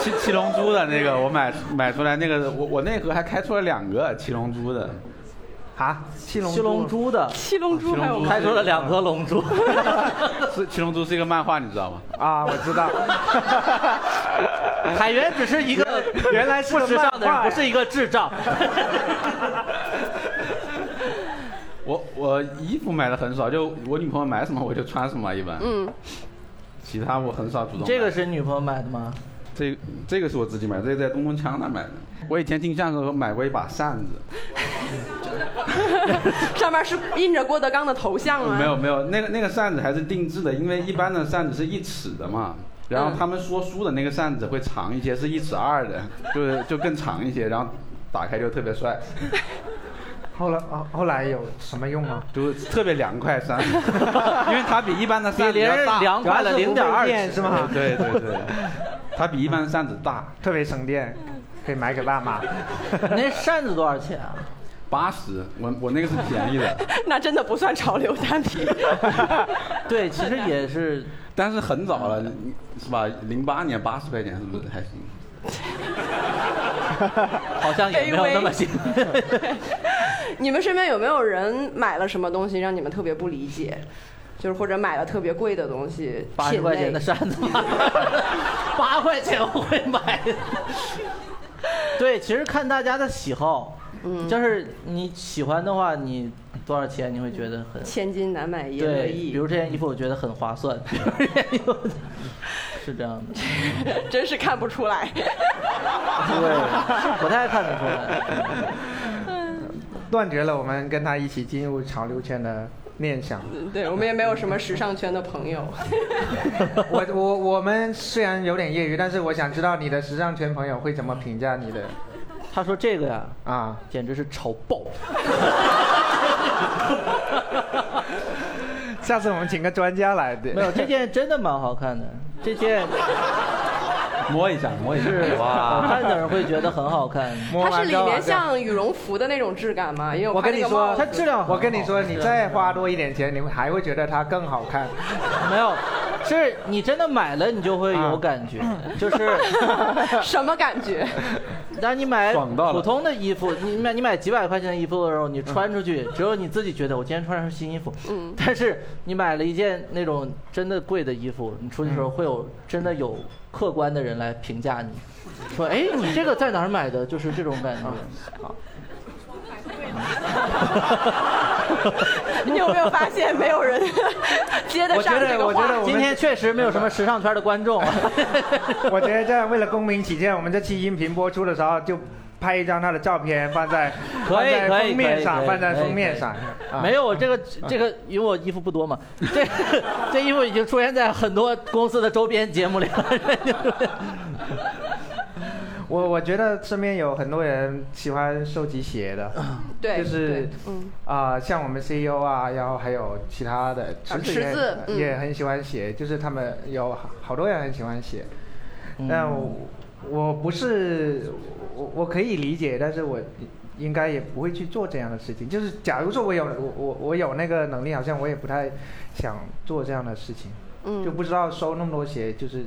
S5: 七七龙珠的那个，我买买出来那个，我我那盒还开出了两个七龙珠的，
S4: 啊，七龙
S3: 七龙珠的，
S2: 七龙珠还有
S5: 啊七龙珠
S2: 吗？
S3: 开出了两颗龙 珠。
S5: 是七龙珠是一个漫画，你知道吗？
S4: 啊，我知道。
S3: 海源只是一个
S4: 原来是
S3: 不
S4: 个
S3: 时尚的
S4: 漫画
S3: 人，不
S4: 呀
S3: 是一个智障。
S5: 我我衣服买的很少，就我女朋友买什么我就穿什么，一般。嗯。其他我很少主动买。
S3: 这个是女朋友买的吗？
S5: 这这个是我自己买的，这个在东东锵那买的。我以前进相声的时候买过一把扇子，
S2: 上面是印着郭德纲的头像吗？
S3: 嗯
S5: 没有没有，那个那个扇子还是定制的，因为一般的扇子是一尺的嘛。然
S3: 嗯
S5: 后他们说书的那个扇子会长一些，是一尺二的，就是就更长一些，然后打开就特别帅，
S4: 后来啊后来有什么用啊吗？
S5: 就是特别凉快扇子，因为它比一般的
S3: 比
S5: 扇子
S3: 别
S5: 要
S3: 人
S5: 大，
S3: 凉快
S6: 主
S3: 了
S6: 要是
S3: 零
S6: 不
S3: 点
S6: 费
S3: 二
S6: 电是吗？
S5: 对对对，它比一般的扇子大，
S4: 特别省电，可以买给爸妈。
S3: 那扇子多少钱啊？
S5: 八十，我我那个是便宜的，
S2: 那真的不算潮流单品。
S3: 对，其实也是，
S5: 但是很早了，你是吧？零八年八十块钱是不是还行？
S3: 好像也没有那么行。
S2: 你们身边有没有人买了什么东西让你们特别不理解？就是或者买了特别贵的东西，
S3: 八十
S2: 品类
S3: 块钱的扇子 吗？八块钱我会买。对，其实看大家的喜好，
S2: 嗯
S3: 就是你喜欢的话，你多少钱你会觉得很
S2: 千金难买爷乐
S3: 对，比
S2: 意，
S3: 如这件衣服我觉得很划算，比如这件衣服是这样 的，
S2: 真是看不出来。
S3: 对，不太看得出来。
S4: 断绝了我们跟他一起进入潮流圈的念想。
S2: 对我们也没有什么时尚圈的朋友。
S4: 我我我们虽然有点业余，但是我想知道你的时尚圈朋友会怎么评价你的
S3: 他说这个呀，
S4: 啊？
S3: 简直是潮爆，
S4: 下次我们请个专家来的。
S3: 没有这件真的蛮好看的，这件
S5: 摸一下，摸一下，
S3: 好看的人会觉得很好看。
S4: 摸
S2: 它
S4: 完
S2: 是
S4: 之
S2: 里
S4: 后啊
S2: 面像羽绒服的那种质感吗？因为
S4: 我
S2: 看
S4: 跟你
S2: 那个帽
S4: 说，
S2: 子
S3: 它质量很好
S4: 我跟你说，你再花多一点钱，你还会觉得它更好看。
S3: 没有，是你真的买了，你就会
S5: 啊
S3: 有感 觉，就是，
S2: 什么感觉？
S3: 当你买
S5: 爽到了
S3: 普通的衣服，你买你买几百块钱的衣服的时候，你穿出去，
S5: 嗯
S3: 只有你自己觉得我今天穿上新衣服。
S2: 嗯
S3: 但是你买了一件那种真的贵的衣服，你出去的时
S5: 嗯
S3: 候会有真的有客观的人来评价你，说，哎，你这个在哪儿买的？就是这种感觉。
S5: 啊哦
S2: 你有没有发现没有人 接得上
S4: 我觉得
S2: 这个
S4: 我觉得
S2: 话？
S4: 我
S3: 今天确实没有什么时尚圈的观众。 啊
S4: 我觉得这样，为了公民起见，我们这期音频播出的时候就拍一张他的照片放在
S3: 可以
S4: 放在
S3: 可以
S4: 封面
S3: 可
S4: 上，
S3: 以
S4: 放在
S3: 可以
S4: 封面上。啊
S3: 没有，我这个这个，因为我衣服不多嘛，这这衣服已经出现在很多公司的周边节目里了。
S4: 我我觉得身边有很多人喜欢收集鞋的，
S2: 对
S4: 就是
S2: 对嗯
S4: 啊、像我们 CEO 啊，然后还有其他的池
S2: 池
S4: 也
S2: 子嗯
S4: 也很喜欢鞋，就是他们有好好多人很喜欢鞋，但我我不是我我可以理解，但是我应该也不会去做这样的事情。就是假如说我有我我我有那个能力，好像我也不太想做这样的事情，
S2: 嗯
S4: 就不知道收那么多鞋就是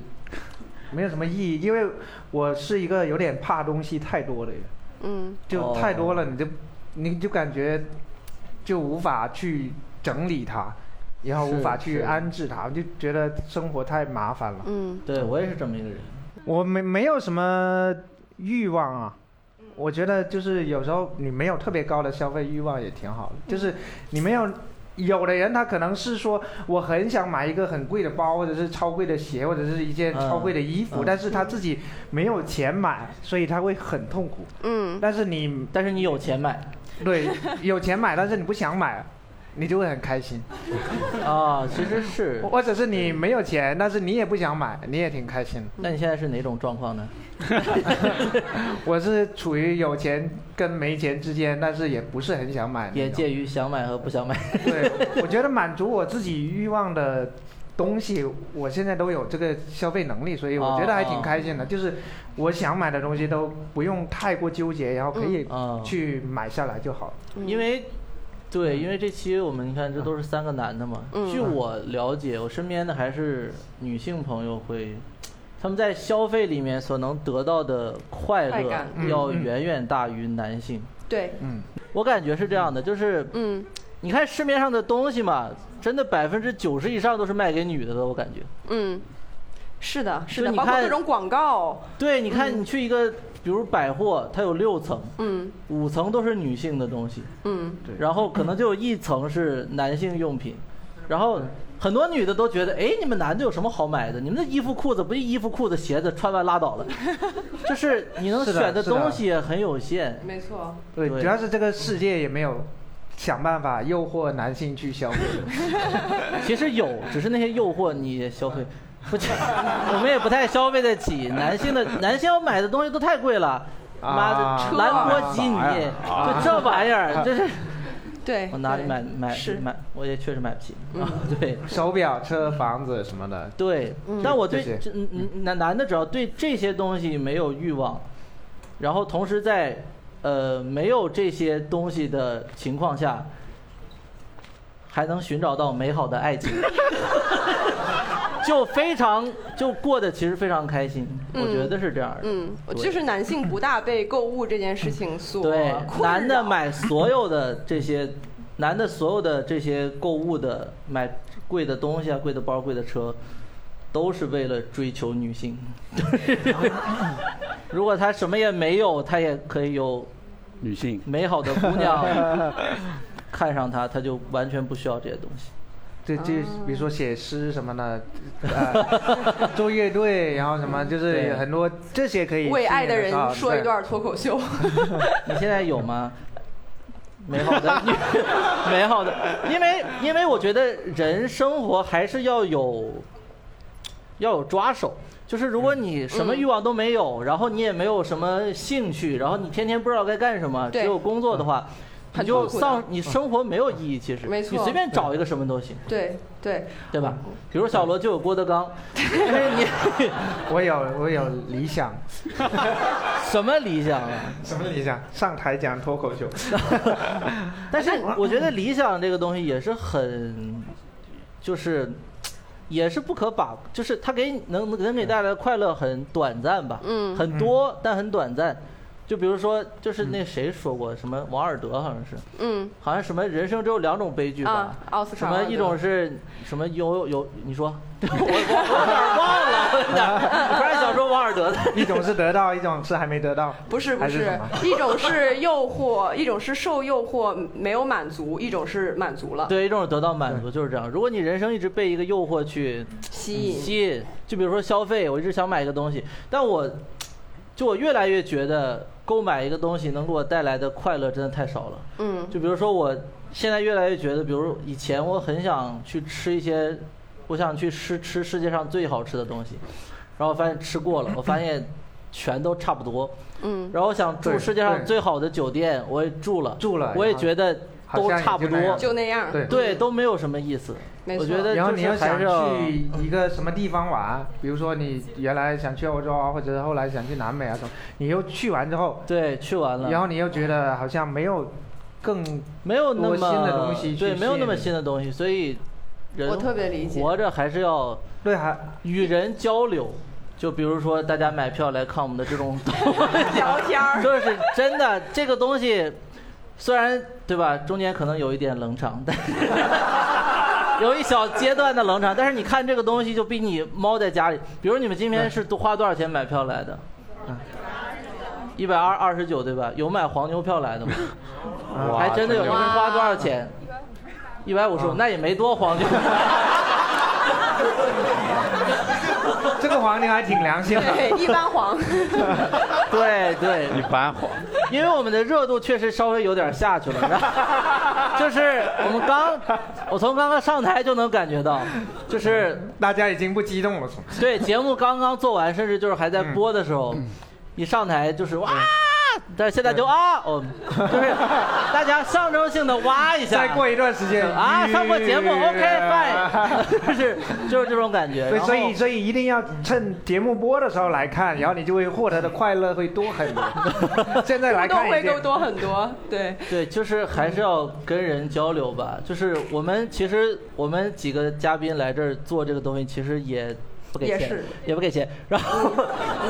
S4: 没有什么意义，因为我是一个有点怕东西太多的人，
S2: 嗯
S4: 就
S3: 哦
S4: 太多了，你就你就感觉就无法去整理它，然后无
S3: 是
S4: 法去
S3: 是
S4: 安置它，我就觉得生活太麻烦了。
S2: 嗯，
S3: 对我也是这么一个人。
S4: 我没没有什么欲望啊。我觉得就是有时候你没有特别高的消费欲望也挺好的，就是你没有，有的人他可能是说我很想买一个很贵的包，或者是超贵的鞋，或者是一件
S3: 嗯
S4: 超贵的衣服，
S3: 嗯
S4: 但是他自己没有钱买，所以他会很痛苦。
S2: 嗯，
S4: 但是你
S3: 但是你有钱买
S4: 对有钱买，但是你不想买，你就会很开心；
S3: 啊，其实是。
S4: 或者是你没有钱，但是你也不想买，你也挺开心的。
S3: 那你现在是哪种状况呢？
S4: 我是处于有钱跟没钱之间，但是也不是很想买那种。
S3: 也介于想买和不想买。
S4: 对，我觉得满足我自己欲望的东西，我现在都有这个消费能力，所
S3: 哦
S4: 以我觉得还挺开心的。就是我想买的东西都不用太过纠结，然后可以
S3: 嗯
S4: 去买下来就好了。
S2: 嗯
S3: 因为，对，因为这期我们你看，这都是三个男的嘛。
S2: 嗯
S3: 据我了解，我身边的还是女性朋友会，他们在消费里面所能得到的快
S2: 快
S3: 乐
S2: 感
S3: 要远远大于男性。
S2: 对，
S4: 嗯，
S3: 我感觉是这样的，就是
S2: 嗯
S3: 你看市面上的东西嘛，真的百分之九十以上都是卖给女的的，我感觉。
S2: 嗯，是的，是
S3: 就
S2: 的，
S3: 你
S2: 包括
S3: 看
S2: 各种广告，
S3: 对，你看你去一个，比如百货，它有六层，
S2: 嗯
S3: 五层都是女性的东西。
S2: 嗯，
S4: 对
S3: 然后可能就有一层是男性用品，然后很多女的都觉得，哎，你们男的有什么好买的？你们的衣服、裤子不就衣服、裤子、鞋子穿完拉 倒了？就是你能
S4: 是的
S3: 选的
S4: 是的
S3: 东西也很有限。
S2: 没错，
S4: 对，
S3: 对
S4: 主要是这个世界也没有想办法诱惑男性去消费。
S3: 其实有，只是那些诱惑你也消费不起， 我们也不太消费得起。男性的男性要买的东西都太贵了，妈
S4: 啊
S3: 的，兰博基尼
S5: 车啊
S3: 就这玩意儿，啊就是
S2: 对，
S3: 我哪里
S2: 对
S3: 买买
S2: 是
S3: 买，我也确实买不起啊， 对。
S4: 手表、车、房子什么的，
S3: 对，但我对
S4: 这些
S3: 这嗯嗯男男的只要对这些东西没有欲望，然后同时在呃没有这些东西的情况下，还能寻找到美好的爱情， 就非常就过得其实非常开心，我觉得是这样的。
S2: 嗯，我
S3: 对
S2: 就是男性不大被购物这件事情所
S3: 对
S2: 困
S3: 男的
S2: 扰，
S3: 买所有的这些，男的所有的这些购物的买贵的东西啊，贵的包、贵的车，都是为了追求女性。 如果他什么也没有，他也可以有
S5: 女性
S3: 美好的姑娘看上他，他就完全不需要这些东西。
S4: 这这，
S2: 哦
S4: 比如说写诗什么的，呃， 做乐队，然后什么，就是
S3: 对
S4: 有很多这些可以
S2: 为爱的
S4: 的时候
S2: 人说一
S4: 对
S2: 段脱口秀，
S3: 你现在有吗？美好的 女，美好的，因为因为我觉得人生活还是要有，要有抓手。就是如果你什么
S2: 嗯
S3: 欲望都没有，然后你也没有什么兴趣，然后你天天不知道该干什么，
S2: 对嗯
S3: 只有工作的话，你
S2: 很
S3: 就
S2: 痛苦的
S3: 丧，你生活没有意义。其实，
S2: 没错嗯
S3: 你随便找一个什么都行，
S2: 对对，
S3: 对吧？比如小罗就有郭 德纲，但是你
S4: 我有我有理想，
S3: 什么理想啊？
S4: 什么理想？上台讲脱口秀。
S3: 但是我觉得理想这个东西也是很，就是也是不可把，就是它给你能能给你带来的快乐很短暂吧，
S2: 嗯
S3: 很多但很短暂。就比如说，就是那谁说过什么王尔德好像是，
S2: 嗯，
S3: 好像什么人生只有两种悲剧吧
S2: 啊，奥斯卡
S3: 什
S2: 王
S3: 么
S2: 尔德
S3: 一种是什么有有 你说，我我我有点忘了，我有点我突然想说王尔德的，
S4: 一种是得到，一种是还没得到。
S2: 不是不
S4: 还是
S2: 是
S4: 什么，
S2: 一种是诱惑，一种是受诱惑没有满足，一种是满足了，
S3: 对，一种是得到满足就是这样。如果你人生一直被一个诱惑去
S2: 吸引，
S3: 吸引，就比如说消费，我一直想买一个东西，但我就我越来越觉得购买一个东西能给我带来的快乐真的太少了。
S2: 嗯
S3: 就比如说，我现在越来越觉得，比如以前我很想去吃一些，我想去吃吃世界上最好吃的东西，然后发现吃过了，我发现全都差不多。
S2: 嗯，
S3: 然后我想住
S4: 对
S3: 世界上
S4: 对
S3: 最好的酒店，我也住了，
S4: 住了
S3: 我也
S4: 然后
S3: 觉得
S4: 好
S3: 都
S4: 像也
S3: 差不
S4: 就那
S3: 多
S4: 样，
S2: 就那样，
S4: 对
S3: 对，都没有什么意思。
S2: 没
S3: 我
S2: 错
S3: 觉得
S4: 然后
S3: 就
S4: 你
S3: 是
S4: 要
S3: 还
S4: 想
S3: 是要
S4: 去一个什么地方玩，比如说你原来想去欧洲啊，或者是后来想去南美啊什么，你又去完之后，
S3: 对去完了，
S4: 然后你又觉得好像没有更
S3: 没有那么
S4: 多新的东西去
S3: 对，
S4: 吸
S3: 没有
S4: 引
S3: 那么
S4: 你
S3: 新的东西，所以人
S2: 我特别理解
S3: 活着还是要
S4: 对还
S3: 与人交流。就比如说，大家买票来看我们的 这种
S2: 聊天儿
S3: 就是真的这个东西，虽然对吧，中间可能有一点冷场，但 有一小阶段的冷场，但是你看这个东西就比你猫在家里，比如你们今天是多花多少钱买票来的？啊一百二二十九对吧？有买黄牛票来的吗？
S5: 哇
S3: 还真的有，你
S5: 这
S3: 们
S5: 个
S3: 花多少钱？一百五十五，那也没多黄牛。
S4: 这个黄牛还挺良心的。
S2: 对，一般 黄，
S3: 对对，
S5: 一般好，
S3: 因为我们的热度确实稍微有点下去了，然 后就是我们刚，我从刚刚上台就能感觉到，就是
S4: 大家已经不激动了，
S2: 啊
S3: 对节目刚刚做完，甚至就是还在
S4: 嗯
S3: 播的时候，一上台就是哇，但是现在就啊，哦，就是大家象征性的哇一下
S4: 再，过一段时间
S3: 啊，上过节目，OK fine，就是就是这种感觉，
S4: 对，
S3: 然后
S4: 所以所以一定要趁节目播的时候来看，然后你就会获得的快乐会多很 多。现在来
S2: 互动
S4: 看
S2: 会
S4: 已
S2: 更
S4: 经，
S2: 多很多，对，
S3: 对，就是还是要跟人交流吧。就是我们其实我们几个嘉宾来这儿做这个东西，其实也不给
S2: 也
S3: 钱，
S2: 是
S3: 不给钱。然后，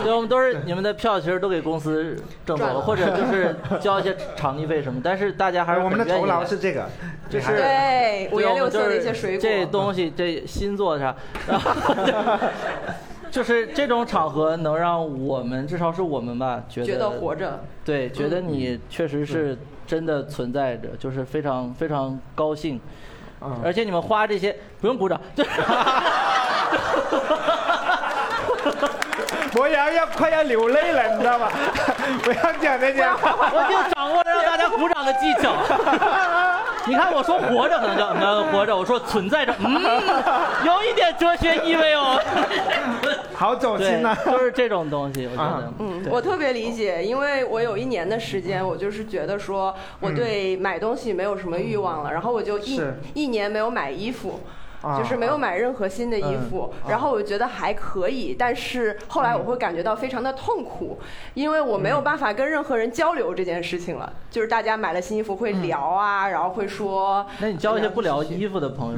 S3: 对，我们都是你们的票，其实都给公司挣走
S2: 赚
S3: 了，
S2: 了
S3: 或者 就是交一些场地费什么。但是大家还是
S4: 哎我们的
S3: 很愿意
S4: 酬劳
S3: 来
S4: 是这个，
S3: 就
S4: 你
S3: 是
S4: 还
S2: 对，五
S3: 对
S2: 颜
S3: 我
S2: 六
S3: 们就
S2: 色的一
S3: 是
S2: 些水
S3: 这
S2: 果，
S3: 东西这新做的啥，然后 就是这种场合能让我们至少是我们吧，觉得
S2: 觉得活着，
S3: 对，觉得
S4: 嗯
S3: 你确实是真的存在着，就是非常非常高兴，
S4: 嗯
S3: 而且你们花这些不用鼓掌， 就是
S4: 博洋要快要流泪了，你知道吗？ 不要讲这些话。
S3: 我已经掌握了让大家鼓掌的技 巧。你看我说活着可能叫嗯活着，我说存在着， 嗯，有一点哲学意味哦。
S4: 好走
S3: 对
S4: 心呐、，
S3: 就是这种东西，我觉得
S4: 啊，
S3: 嗯
S2: 我特别理解，因为我有一年的时间，我就是觉得说我
S3: 嗯
S2: 对买东西没有什么欲望了，然后我就一
S4: 是
S2: 一年没有买衣服。
S4: 啊
S2: 就是没有买任何新的
S3: 嗯
S2: 衣服，嗯然后我觉得还可以，但是后
S3: 嗯
S2: 来我会感觉到非常的痛苦，因为我没有办法跟任何人交流这件事情了。就是大家买了新衣服会聊啊，然后会说，
S3: 那你交一些不聊衣服的朋友，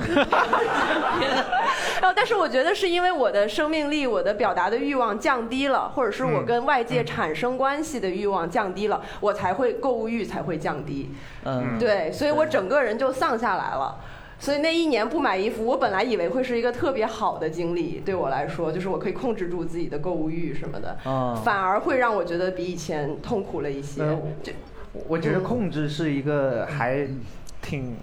S2: 然后，但是我觉得是因为我的生命力、我的表达的欲望降低了，或者是我跟外界产生关系的欲望降低了，我才会购物欲才会降低。
S3: 嗯，
S2: 对，所以我整个人就丧下来了。所以那一年不买衣服，我本来以为会是一个特别好的经历，对我来说，就是我可以控制住自己的购物欲什么的，
S3: 哦
S2: 反而会让我觉得比以前痛苦了一些。
S4: 呃
S2: 就
S4: 我觉得控制是一个还挺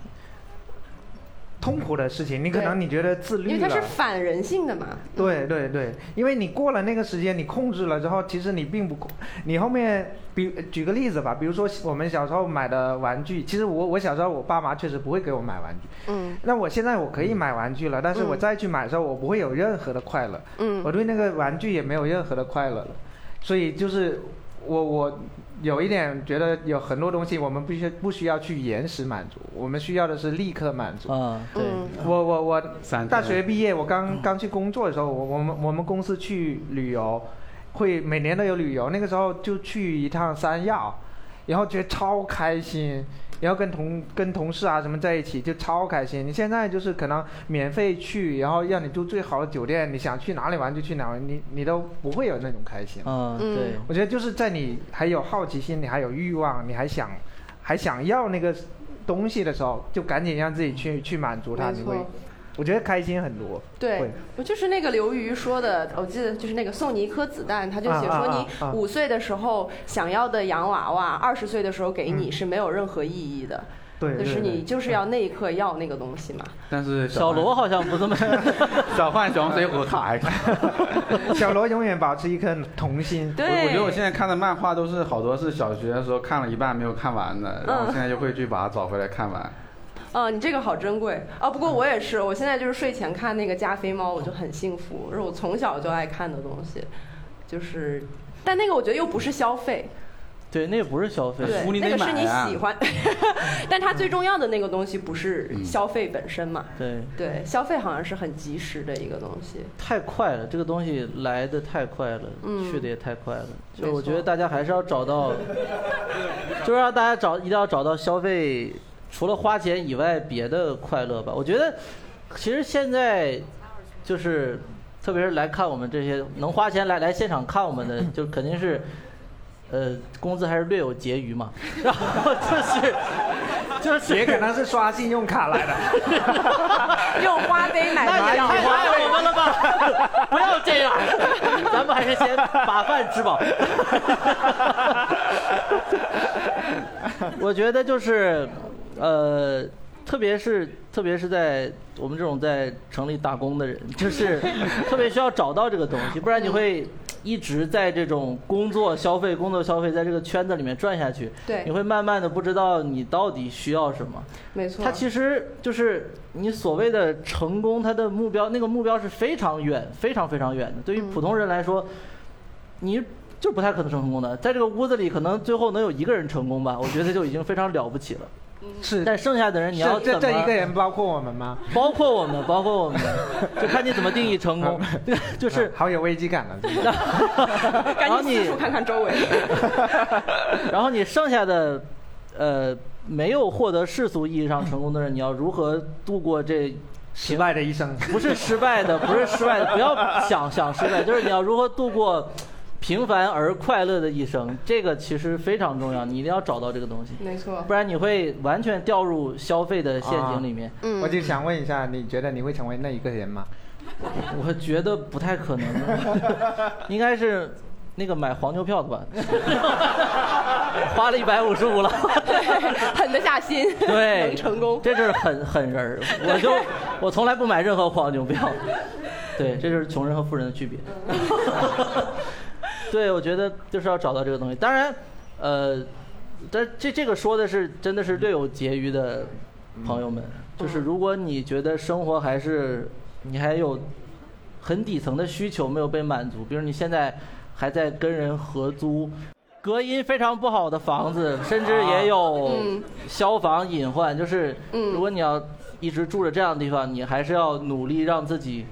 S4: 痛苦的事情。你可
S2: 对
S4: 能你觉得自
S2: 因为
S4: 律
S2: 它是
S4: 了，
S2: 反人性的嘛，
S4: 对对对，因为你过了那个时间，你控制了之后，其实你并不控，你后面比举个例子吧，比如说我们小时候买的玩具，其实我我小时候我爸妈确实不会给我买玩具，
S2: 嗯
S4: 那我现在我可以买玩具了，但是我再去买的时候，我不会有任何的快乐，
S2: 嗯
S4: 我对那个玩具也没有任何的快乐了，所以就是我我有一点觉得有很多东西我们必须不需要去延时满足，我们需要的是立刻满足。
S3: 嗯，对，
S2: 嗯
S4: 我我我
S5: 三
S4: 大学毕业，我刚刚去工作的时候，我我们我们公司去旅游，会每年都有旅游，那个时候就去一趟三亚，然后觉得超开心。然后跟同跟同事啊什么在一起就超开心。你现在就是可能免费去，然后让你住最好的酒店，你想去哪里玩就去哪里，你你都不会有那种开心。
S3: 嗯，对，
S4: 我觉得就是在你还有好奇心，你还有欲望，你还想还想要那个东西的时候，就赶紧让自己去去满足它，
S2: 没
S4: 你
S2: 错
S4: 会，我觉得开心很多。
S2: 对
S4: 会，
S2: 不就是那个刘瑜说的？我记得就是那个送你一颗子弹，他就写说
S4: 啊啊啊
S2: 你
S4: 啊
S2: 五岁的时候想要的洋娃娃，二十岁的时候给你是没有任何意义的。
S4: 嗯对
S2: 就是
S4: 对
S2: 你就是要那一刻要那个东西嘛。
S5: 但是
S3: 小
S5: 浣
S3: 罗好像不这么，
S5: 小浣熊水浒卡，
S4: 小罗永远保持一颗童心。
S5: 我
S2: 对，
S5: 我觉得我现在看的漫画都是好多是小学的时候看了一半没有看完的，
S3: 嗯
S5: 然后现在就会去把它找回来看完。
S2: 啊，你这个好珍贵啊！不过
S4: 嗯
S2: 我也是，我现在就是睡前看那个《加菲猫》，我就很幸福，是我从小就爱看的东西，就是，但那个我觉得又不是消费，
S3: 对，那也不是消费，
S2: 对
S5: 书，你
S2: 那
S5: 得
S2: 个是你
S5: 买啊
S2: 喜欢， 但它
S4: 嗯
S2: 最重要的那个东西不是消费本身嘛？
S3: 对，
S2: 对，消费好像是很及时的一个东西。
S3: 太快了，这个东西来的太快了，
S2: 嗯
S3: 去的也太快了。就
S2: 没
S3: 我觉
S2: 错
S3: 得大家还是要找到， 就是让大家找，一定要找到消费除了花钱以外别的快乐吧。我觉得，其实现在就是，特别是来看我们这些能花钱来来现场看我 们的，就肯定是。呃，工资还是略有结余嘛， 然后就是，就是
S4: 也可能是刷信用卡来的。
S2: 用花呗买
S3: 那
S2: 麻
S3: 也
S2: 药
S3: 太爱我们了吧！不要这样，咱们还是先把饭吃饱。我觉得就是，呃，特别是特别是在我们这种在城里打工的人，就是特别需要找到这个东西，不然你会一直在这种工作、消费、工作、消费，在这个圈子里面转下去。
S2: 对
S3: 你会慢慢的不知道你到底需要什么。
S2: 没错，
S3: 它其实就是你所谓的成功，它的目标那个目标是非常远、非常非常远的。
S4: 嗯
S3: 对于普通人来说，你就不太可能成功的。在这个屋子里，可能最后能有一个人成功吧，我觉得就已经非常了不 起了。
S4: 是
S3: 但剩下的人，你要怎
S4: 是这
S3: 么？
S4: 这一个人包括我们吗？
S3: 包括我们，包括我 们，就看你怎么定义成功。就是
S4: 啊好有危机感了。
S2: 赶
S3: 然后
S2: 紧
S3: 你
S2: 四处看看周围。
S3: 然后你剩下的，呃，没有获得世俗意义上成功的人，你要如何度过这
S4: 失败的一生，
S3: 不是失败的，不是失败的，不要想想失败，就是你要如何度过平凡而快乐的一生，这个其实非常重要，你一定要找到这个东西，
S2: 没错
S3: 不，然你会完全掉入消费的陷阱里面。
S2: 嗯
S4: 我就想问一下，你觉得你会成为那一个人吗？
S3: 我觉得不太可 能，应该是那个买黄牛票的 吧， 花了一百五十 五了。
S2: 对，狠得下心，
S3: 对，
S2: 能成功。
S3: 这就是狠狠人儿。我就我从来不买任何黄牛票，对，这就是穷人和富人 的区别。对，我觉得就是要找到这个东西。当然，呃，但这这个说的是真的是略有结余的朋友们，
S2: 嗯
S3: 就是如果你觉得生活还是你还有很底层的需求没有被满足，比如你现在还在跟人合租。隔音非常不好的房子，甚至也有
S2: 嗯
S3: 消防隐患。就是，
S2: 嗯
S3: 如果你要一直住着这样的地方，你还是要努力让自己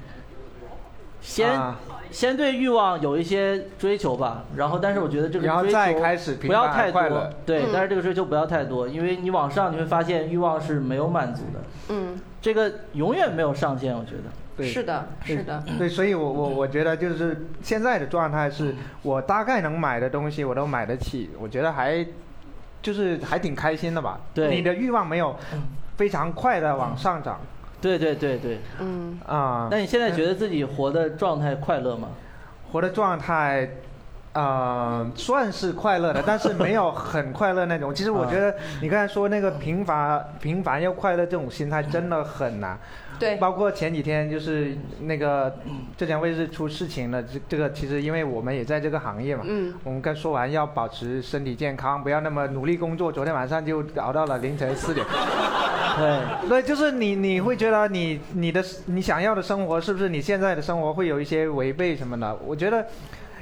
S3: 先、
S4: 啊
S3: 先对欲望有一些追求吧，然后但是我觉得这个
S4: 然后
S3: 追求
S4: 再开始平
S3: 不要
S4: 凡
S3: 太
S4: 快
S3: 多
S4: 乐，
S3: 对
S2: 嗯，
S3: 但是这个追求不要太多，因为你往上你会发现欲望是没有满足的，
S2: 嗯，
S3: 这个永远没有上限，我觉得。
S4: 对，
S2: 是的，是的，
S4: 对，所以我我我觉得就是现在的状态
S2: 嗯
S4: 是，我大概能买的东西我都买得起，我觉得还就是还挺开心的吧。
S3: 对
S4: 你的欲望没有非常快的往上涨
S3: 对对对对，
S2: 嗯，
S4: 啊、
S3: 那你现在觉得自己活的状态快乐吗？
S4: 活的状态。呃，算是快乐 的，但是没有很快乐那种。其实我觉
S2: 嗯
S4: 得你刚才说那个平凡、平凡又快乐这种心
S2: 嗯
S4: 态真的很难。
S2: 对，嗯
S4: 包括前几天就是那个浙江卫视出事情了，这这个其实因为我们也在这个行业嘛，
S2: 嗯
S4: 我们刚说完要保持身体健康，不要那么努力工作。昨天晚上就熬到了凌晨四点，
S3: 对，
S4: 对，就是你你会觉得你你的你想要的生活是不是你现在的生活会有一些违背什么的？我觉得。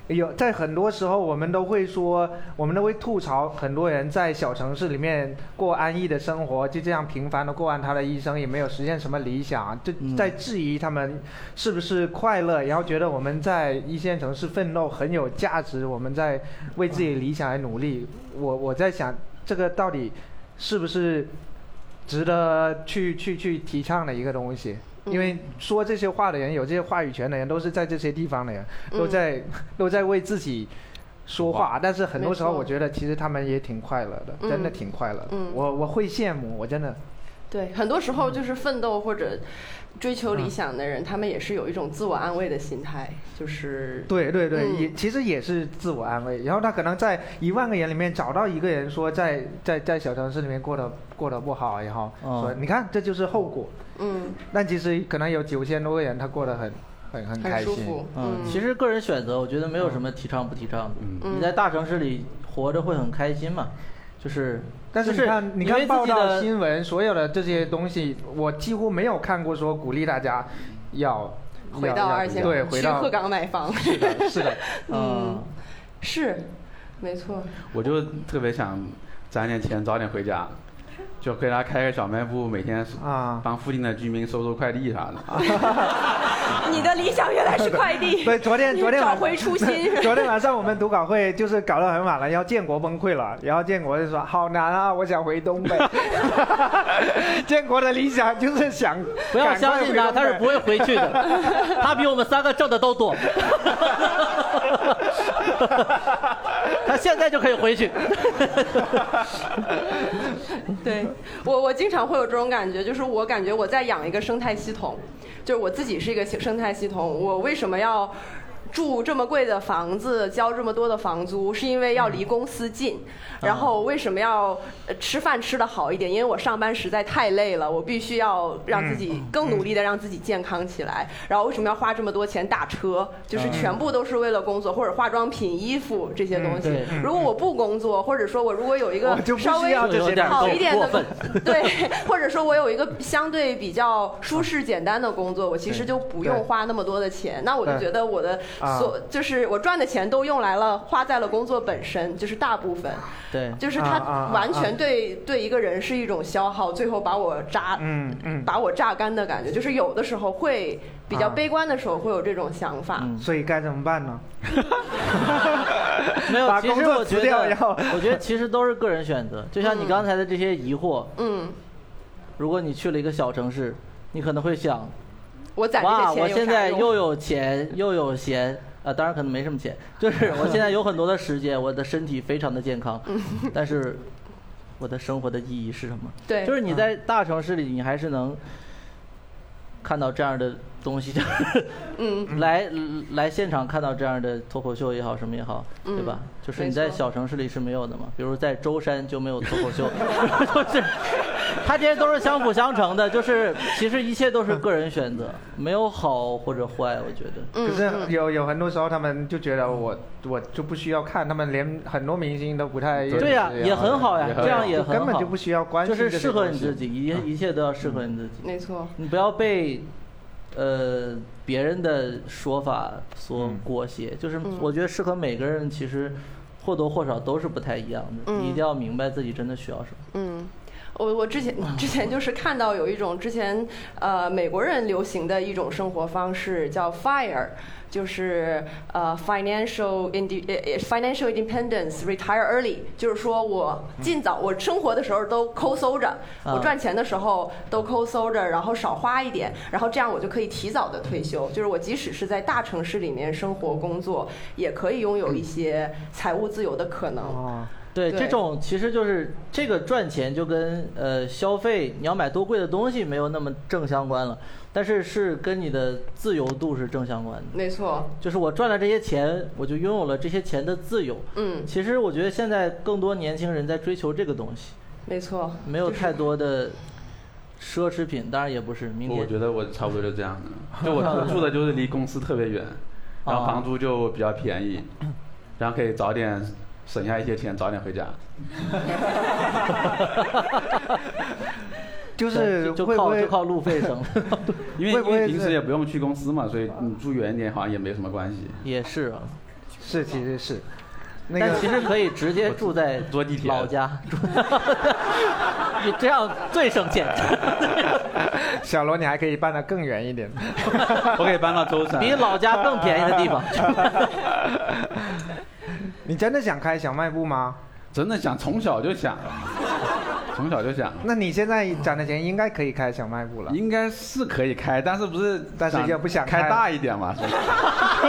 S4: 有在很多时候，我们都会说，我们都会吐槽很多人在小城市里面过安逸的生活，就这样平凡的过完他的一生，也没有实现什么理想，就
S3: 嗯
S4: 在质疑他们是不是快乐，然后觉得我们在一线城市奋斗很有价值，我们在为自己理想而努力。我我在想，这个到底是不是值得去去去提倡的一个东西。
S2: 嗯
S4: 因为说这些话的人，有这些话语权的人，都是在这些地方的人，
S2: 嗯
S4: 都在、都在为自己说话。但是很多时候，
S2: 没错
S4: 我觉得其实他们也挺快乐的，真的挺快乐的。
S2: 嗯
S4: 我我会羡慕，我真的。
S2: 对，很多时候就是奋斗或者追求理想的人，他们也是有一种自我安慰的心态，就是
S4: 对对对，
S2: 嗯
S4: 也其实也是自我安慰。然后他可能在一万个人里面找到一个人说在在在小城市里面过得过得不好，然后
S3: 哦
S4: 说、你看这就是后果。
S2: 嗯，
S4: 但其实可能有九千多个人他过得很很很开
S2: 很舒
S4: 心。
S2: 服，
S3: 嗯，其实个人选择，我觉得没有什么提倡不提倡的。
S5: 嗯
S3: 你在大城市里活着会很开心嘛？就是，
S4: 但是
S3: 就
S4: 你
S3: 是
S4: 看，你
S3: 因为
S4: 看报
S3: 自己
S4: 道
S3: 的
S4: 新闻，所有的这些东西，我几乎没有看过说鼓励大家要
S2: 回
S4: 要
S2: 到
S4: 要
S2: 二线，
S4: 对，回
S2: 去
S4: 到
S2: 鹤岗买房，
S4: 是的， 是的，
S3: 嗯，
S2: 是，没 错，
S5: 我就特别想攒点钱，早点回家，就给他开个小卖部，每天
S4: 啊
S5: 帮附近的居民收收快递啥的。
S2: 你的理想原来是快递，
S4: 对，昨天
S2: 你
S4: 昨天晚，
S2: 找回初心
S4: 昨天晚上我们读稿会就是搞到很晚了，然后建国崩溃了，然后建国就说好难啊，我想回 东北。 建国的理想就是想
S3: 不要
S4: 赶快
S3: 相信
S4: 回
S3: 他，他
S4: 东
S3: 是
S4: 北
S3: 不会回去的。 他比我们三个挣的都多。 他现在就可以回去。
S2: 对我，我经常会有这种感觉，就是我感觉我在养一个生态系统，就是我自己是一个生态系统，我为什么要？住这么贵的房子，交这么多的房租，是因为要离公司近。然后为什么要呃吃饭吃得好一点？因为我上班实在太累了，我必须要让自己更努力的让自己健康起来。然后为什么要花这么多钱打车？就是全部都是为了工作，或者化妆品、衣服这些东西
S3: 对。
S2: 如果我不工作，或者说我如果有一个
S4: 我就不
S2: 稍微
S4: 需要这些
S3: 有点
S2: 好一点
S3: 过
S2: 的
S3: 分。
S2: 工， 对，或者说我有一个相对比较舒适简单的工作，我其实就不用
S4: 对
S2: 花那么多的钱。那我就
S4: 对
S2: 觉得我的
S4: 啊
S2: 所就是我赚的钱都用来了，花在了工作本身，就是大部分，
S3: 对，
S2: 就是
S4: 啊啊
S2: 它
S4: 啊
S2: 完全对对一个人是一种消耗，最后把我榨，
S4: 嗯嗯
S2: 把我榨干的感觉。就是有的时候会比较
S4: 啊嗯
S2: 悲观的时候会有这种想法，
S4: 所以该怎么办呢？
S3: 没有。
S4: 把
S3: 其
S4: 工
S3: 实
S4: 作
S3: 我觉
S4: 辞掉
S3: 得
S4: 然后，
S3: 我觉得其实都是个人选择。就像你刚才的这些疑惑，
S2: 嗯。
S3: 如果你去了一个小城市，你可能会想，
S2: 我攒这
S3: 哇，
S2: 些钱
S3: 我
S2: 有
S3: 现
S2: 啥
S3: 在
S2: 用
S3: 又有钱又有闲。啊，当然可能没什么钱，就是我现在有很多的时间，我的身体非常的健康，
S2: 嗯
S3: 但是我的生活的意义是什么？
S2: 对
S3: 就是你在大城市里，你还是能看到这样的东西，就是
S2: 嗯
S3: 来来现场看到这样的脱口秀也好，什么也好，
S4: 嗯
S3: 对吧？就是你在
S2: 没错
S3: 小城市里是没有的嘛，比如在舟山就没有脱口秀， 就是它这些都是相辅相成的，就是其实一切都是个人选择，没有好或者坏，我觉得。
S2: 嗯
S4: 可是有有很多时候他们就觉得我我就不需要看，他们连很多明星都不太
S3: 对呀、也很好呀
S5: 也，很
S3: 这样也
S4: 就
S3: 很好，
S4: 根本就不需要关心
S3: 就
S4: 这
S3: 是
S4: 些
S3: 适合你
S4: 东西
S3: 自己，一一切都要适合你自己，
S2: 没错，
S3: 你不要被呃别人的说法所裹挟。就是我觉得适合每个人，其实或多或少都是不太一样的。你一定要明白自己真的需要什么。
S2: 嗯，我我之前之前就是看到有一种之前呃美国人流行的一种生活方式叫 FIRE，就是呃 financial indi eh, eh, financial independence retire early，就是说我尽早我生活的时候都抠搜着，
S3: 啊
S2: 我赚钱的时候都抠搜着，然后少花一点，然后这样我就可以提早的退休。就是我即使是在大城市里面生活工作，也可以拥有一些财务自由的可能。
S4: 哦，
S3: 对，
S2: 对
S3: 这种其实就是这个赚钱就跟呃消费，你要买多贵的东西没有那么正相关了，但是是跟你的自由度是正相关的。
S2: 没错，
S3: 就是我赚了这些钱，我就拥有了这些钱的自由。
S2: 嗯
S3: 其实我觉得现在更多年轻人在追求这个东西，
S2: 没错。
S3: 没有太多的奢侈品，当然也不是。明
S5: 我
S3: 天
S5: 觉得我差不多就这样的，就我住的就是离公司特别远，然后
S3: 啊
S5: 房租就比较便宜，然后可以早点省下一些钱，早点回家。
S4: 就是
S3: 就
S4: 会不
S3: 靠
S4: 会
S3: 就靠路费 省，
S5: 因为
S4: 会不
S5: 因
S4: 会
S5: 为平时
S4: 是
S5: 也不用去公司嘛，所以你住远一点好像也没什么 关系。
S3: 也是啊。
S4: 是其 实是那
S3: 但
S4: 个
S3: 其实可以直接住在
S5: 坐地铁
S3: 老家， 住你这样最省 钱。
S4: 小罗你还可以搬得更远一点。
S5: 我可以搬到舟山。
S3: 比老家更便宜的地 方，
S4: 你真的想开小卖部吗？
S5: 真的想从小就想，从小就想了，
S4: 那你现在攒的钱应该可以开小卖部了。
S5: 应该是可以开，但是不是
S4: 但是
S5: 想
S4: 也不想
S5: 开
S4: 开
S5: 大一点嘛？ 是吧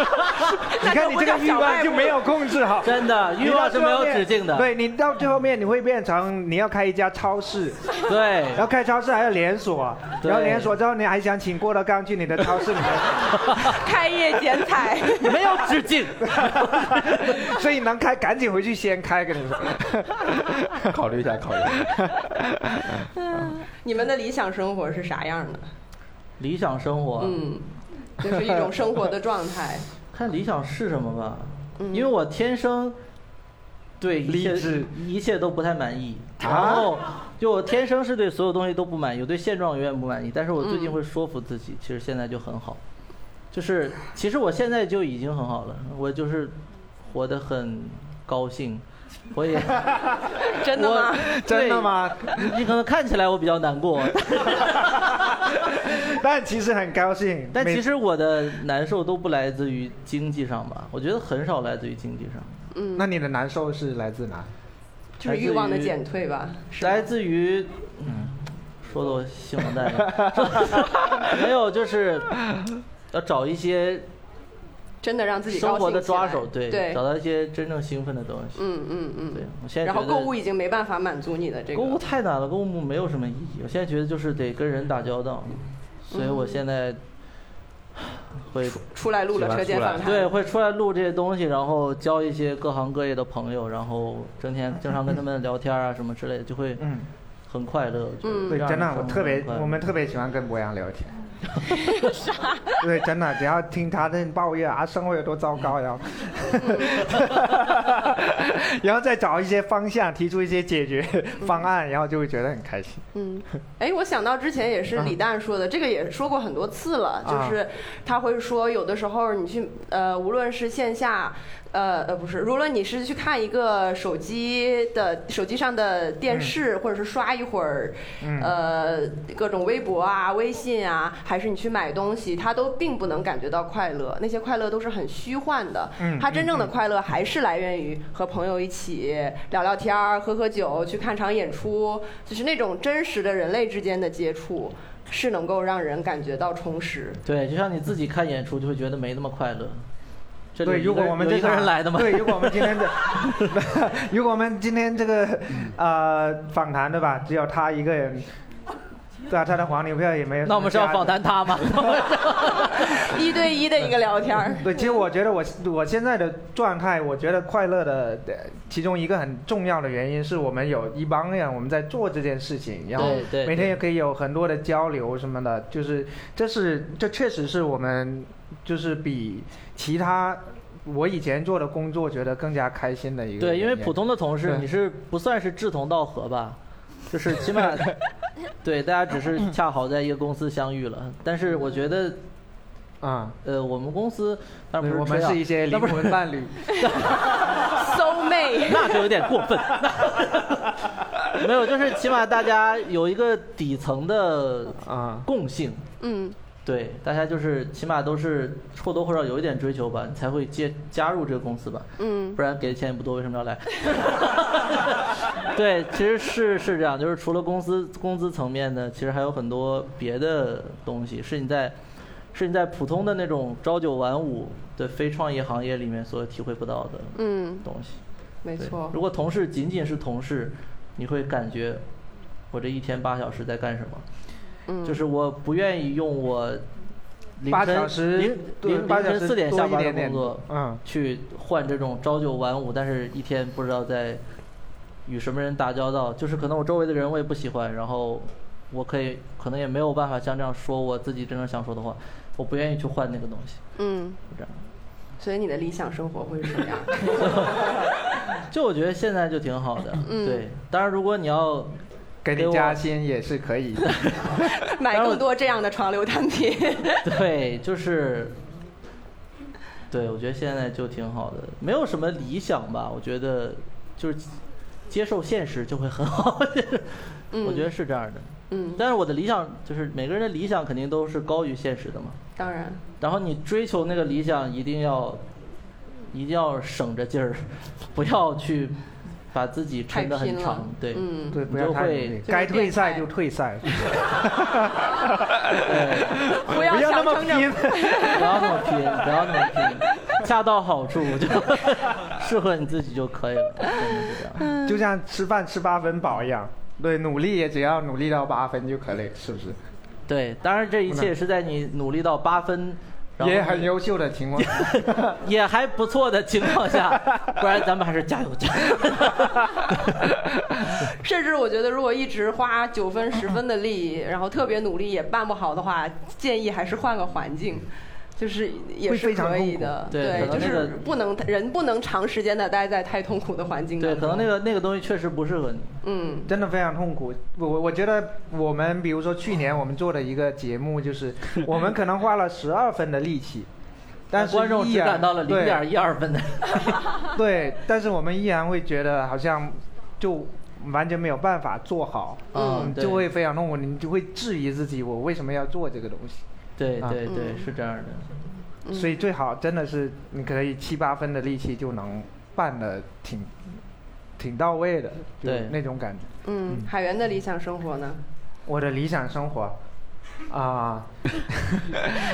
S4: 你看你这个欲望就没有控制好，
S3: 真的欲望是没有止境的。
S4: 对你到最后面，你会变成你要开一家超市，
S3: 对
S4: 然后开超市还要连锁，
S3: 对
S4: 然后连锁之后你还想请郭德纲去你的超市 里面，
S2: 开业剪彩，
S3: 没有止 境。
S4: 所以能开赶紧回去先开，跟你 说。
S5: 考虑一下，考虑一下。
S2: 你们的理想生活是啥样的？
S3: 理想生活，
S2: 嗯，就是一种生活的状态。
S3: 看理想是什么吧，因为我天生对一
S4: 理
S3: 切
S4: 智啊
S3: 一切都不太满意，然后就我天生是对所有东西都不满意，我对现状永远不满意。但是我最近会说服自己，其实现在就很好，就是其实我现在就已经很好了，我就是活得很高兴，我也
S2: 真的吗？
S3: 我
S4: 真的吗？
S3: 对你可能看起来我比较难过，
S4: 但其实很高兴，
S3: 但
S4: 每
S3: 其实我的难受都不来自于经济上吧，我觉得很少来自于经济上，
S2: 嗯，
S4: 那你的难受是来自哪？
S2: 就是欲望的减退吧。是吧
S3: 来自于，嗯，说的我心黄带了， 没有，就是要找一些
S2: 真的让自己高
S3: 生
S2: 兴
S3: 活的
S2: 起来
S3: 抓手，对，
S2: 对
S3: 找，到一些真正兴奋的东西。
S2: 嗯嗯嗯，
S3: 对我现在
S2: 然后
S3: 觉得
S2: 购物已经没办法满足你的这个
S3: 购物太难了，购物没有什么意义。我现在觉得就是得跟人打交道，所以
S2: 嗯
S3: 我现在会
S2: 出来录了车间访谈，
S3: 对，会出来录这些东西，然后交一些各行各业的朋友，然后整天经常跟他们聊天啊什么之类的，就会
S4: 嗯
S3: 很快乐。我觉得
S2: 嗯
S4: 对，
S3: 让
S4: 真的
S3: 人，
S4: 我
S3: 生活
S4: 特别
S3: 很，快乐
S4: 我们特别喜欢跟博洋聊 天。对，真的，只要听他在抱怨啊，生活有多糟糕，然后， 然后再找一些方向，提出一些解决
S3: 嗯
S4: 方案，然后就会觉得很开心。
S2: 嗯，哎，我想到之前也是李诞说的，这个也说过很多次了，
S4: 啊
S2: 就是他会说，有的时候你去呃，无论是线下，呃呃不是，无论你是去看一个手机的手机上的电视，或者是刷一会儿，呃各种微博啊、微信啊，还是你去买东西，他都并不能感觉到快乐，那些快乐都是很虚幻的，
S4: 嗯
S2: 他真正的快乐还是来源于和朋友一起聊聊天儿、喝喝酒、去看场演出，就是那种真实的人类之间的接触，是能够让人感觉到充实。
S3: 对，就像你自己看演出，就会觉得没那么快乐。这里
S4: 对，
S3: 有一
S4: 如果
S3: 个
S4: 我们
S3: 有
S4: 这
S3: 一个
S4: 场
S3: 人来的嘛，
S4: 对，如 果我们今天的， 如果我们今天这个
S3: 嗯
S4: 呃访谈对吧，只有他一个人，对啊，他的黄牛票也没有。
S3: 那我们是要访？谈他吗？
S2: 一对一的一个聊天
S3: 嗯
S2: 儿，
S4: 对，其实我觉得我我现在的状态，我觉得快乐的呃其中一个很重要的原因是我们有一帮人我们在做这件事情，然后
S3: 对对
S4: 每天
S3: 对
S4: 也可以有很多的交流什么的，就是这是这确实是我们就是比其他我以前做的工作觉得更加开心的一个
S3: 对，因为
S4: 原因
S3: 普通的同事
S4: 对
S3: 你是不算是志同道合吧，就是起码对大家只是恰好在一个公司相遇了。但是我觉得，
S4: 啊。
S3: 呃，我们公司当然
S4: 对
S3: 不
S4: 我们
S3: 这样
S4: 是一 些
S3: 那
S4: 灵
S3: 不是
S4: 魂伴侣，
S2: 搜妹。
S3: 那就有点过分。那没有，就是起码大家有一个底层的
S4: 啊
S3: 共性，
S2: 嗯，
S3: 对，大家就是起码都是或多或少有一点追求吧，你才会接加入这个公司吧。
S2: 嗯
S3: 不然给的钱也不多，为什么要来？ 对，其实是是这样，就是除了公司工资层面的，其实还有很多别的东西，是你在是你在普通的那种朝九晚五的非创业行业里面所体会不到的
S2: 嗯，
S3: 东西。
S2: 没
S3: 对
S2: 错
S3: 如。果同事仅仅是同事，你会感觉我这一天八小时在干什么？
S2: 嗯
S3: 就是我不愿意用我凌
S4: 八
S3: 晨
S4: 小时
S3: 凌
S4: 对
S3: 凌
S4: 八
S3: 凌
S4: 小
S3: 晨
S4: 时
S3: 四点
S4: 多
S3: 下
S4: 一
S3: 班的
S4: 点点
S3: 工作，
S4: 嗯
S3: 去换这种朝九晚五，但是一天不知道在与什么人打交道，就是可能我周围的人我也不喜欢，然后我可以可能也没有办法像这样说我自己真正想说的话，我不愿意去换那个东西，
S2: 嗯，
S3: 就这样。
S2: 所以你的理想生活会是什么样？
S3: 就我觉得现在就挺好的，
S2: 嗯
S3: 对。当然，如果你要
S4: 给
S3: 给
S4: 你
S3: 我
S4: 加薪也是可 以的。
S2: 买更多这样的床流单品。
S3: 对，就是，对，我觉得现在就挺好的，没有什么理想吧，我觉得就是接受现实就会很好， 我觉得是这样的。
S2: 嗯，
S3: 但是我的理想就是每个人的理想肯定都是高于现实的嘛，
S2: 当然。
S3: 然后你追求那个理想一定要一定要省着劲儿，不要去把自己
S2: 太
S3: 撑得
S2: 拼
S3: 很
S2: 了
S3: 长，对，，
S2: 嗯，
S4: 对，
S3: 你
S4: 不要
S3: 就
S4: 太努
S3: 会
S4: 力
S2: 就
S4: 该
S2: 会
S4: 退
S2: 变
S4: 赛
S2: 态
S4: 就退 赛。 哎
S2: 不
S4: 不要那
S2: 强
S4: 么
S2: 撑着
S4: 拼。
S3: 不要那么拼，不要那么拼，恰到好处就 适合你自己就可以了，真的是这样。
S4: 就像吃饭吃八分饱一样，对，努力也只要努力到八分就可以，是不是？
S3: 对，当然这一切是在你努力到八分，然后
S4: 也很优秀的情 况下，
S3: 也还不错的情况 下，不然咱们还是加油加油。
S2: 甚至我觉得，如果一直花九分、十分的 力，然后特别努力也办不好的话，建议还是换个环境，就是也
S4: 会
S2: 是
S4: 非常
S2: 可以
S4: 痛苦
S2: 的。
S3: 对可能
S2: 就
S3: 那
S2: 是
S3: 个
S2: 不能人不能长时间的待在太痛苦的环境
S3: 对，
S2: 当中。
S3: 可能那个那个东西确实不适合你。
S2: 嗯，
S4: 真的非常痛苦。我我我觉得我们比如说去年我们做的一个节目，就是我们可能花了十二分的力气，但是
S3: 观众
S4: 依
S3: 只
S4: 然
S3: 感到了零
S4: 对
S3: 点一二分的，
S4: 对，但是我们依然会觉得好像就完全没有办法做好，
S3: 嗯对
S4: 就会非常痛苦，你就会质疑自己，我为什么要做这个东西？
S3: 对
S4: 啊
S3: 对对，
S2: 嗯
S3: 是这样的。嗯
S4: 所以最好真的是你可以七八分的力气就能办的挺挺到位的，就
S3: 对
S4: 那种感觉。
S2: 嗯，海源的理想生活 呢，
S4: 我的理想生活啊，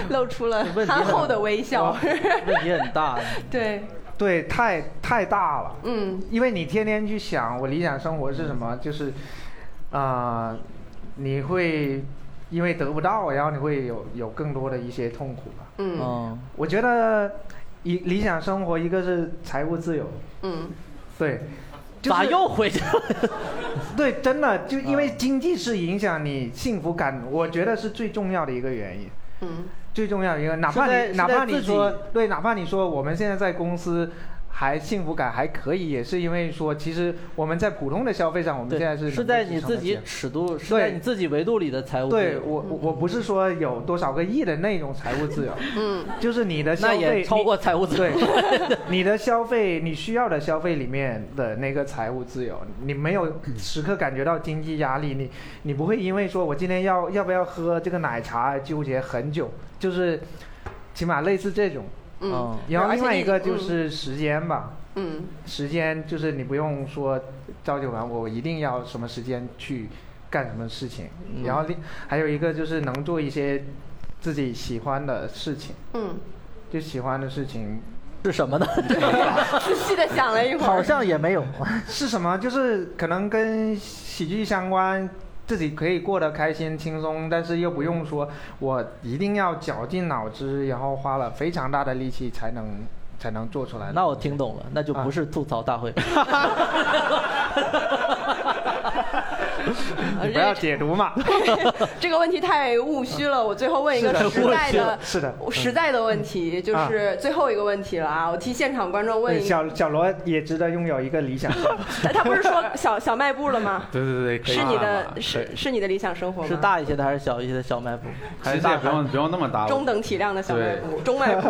S2: 露出了
S3: 问题
S2: 憨
S3: 很
S2: 厚的微笑。
S3: 问题很大。
S2: 对，
S4: 对，太太大了，
S2: 嗯
S4: 因为你天天去想我理想生活是什么，就是啊、你会因为得不到，然后你会有有更多的一些痛苦吧。
S2: 嗯
S3: 嗯，
S4: 我觉得理理想生活一个是财务自由，
S2: 嗯，
S4: 对，就是、
S3: 咋又回去了？
S4: 对，真的
S3: 啊
S4: 就因为经济是影响你幸福感，我觉得是最重要的一个原因。
S2: 嗯
S4: 最重要一个，哪
S3: 是
S4: 怕
S3: 在
S4: 你哪怕
S3: 是在
S4: 你
S3: 自己
S4: 说对，哪怕你说我们现在在公司还幸福感还可以，也是因为说其实我们在普通的消费上，我们现在
S3: 对，
S4: 是
S3: 是
S4: 能
S3: 在
S4: 够
S3: 你
S4: 支撑
S3: 自
S4: 得起
S3: 己嗯
S4: 来
S3: 尺度，是在你自己维度里的财务自
S4: 对
S3: 由。
S4: 我我我不是说有多少个亿的那种财务自由，
S2: 嗯
S4: 就是你的消
S3: 那
S4: 费
S3: 也超过财务
S4: 你
S3: 自 由。
S4: 对 你的消费你需要的消费里面的那个财务自由，你没有时刻感觉到经济压力，你你不会因为说我今天要要不要喝这个奶茶而纠结很久，就是起码类似这种。
S2: 嗯
S3: 嗯，
S4: 然后
S2: 而且
S4: 另外一
S2: 你
S4: 个就
S2: 嗯
S4: 是时间吧，
S2: 嗯
S4: 时间就是你不用说朝九晚五，我一定要什么时间去干什么事情。
S2: 嗯
S4: 然后另还有一个就是能做一些自己喜欢的事情，
S2: 嗯，
S4: 就喜欢的事情
S3: 是什么呢？
S2: 嗯 仔细的想了一会
S3: 好
S2: 儿，
S3: 像也没有。
S4: 是什么？就是可能跟喜剧相关，自己可以过得开心轻松，但是又不用说我一定要绞尽脑汁，然后花了非常大的力气才能才能做出来的。
S3: 那我听懂了，那就不
S4: 啊
S3: 是吐槽大会。
S2: 嗯
S4: 你不要解 读嘛。
S2: 这个问题太务虚了，我最后问一个
S4: 是的
S2: 实在的，
S4: 是的嗯
S2: 我实在的问题，就是最后一个问题了啊！我替现场观众问
S4: 对，
S2: 一下，
S4: 小小罗也值得拥有一个理想。
S2: 他他不是说小小卖部了 吗？
S5: 对对对，可以
S2: 是你
S5: 看嘛
S2: 的，是
S5: 对
S2: 是你的理想生活吗？
S3: 是大一些的还是小一些的小卖部？
S5: 其实也不用不用那么大，
S2: 中等体量的小卖部，中卖 部。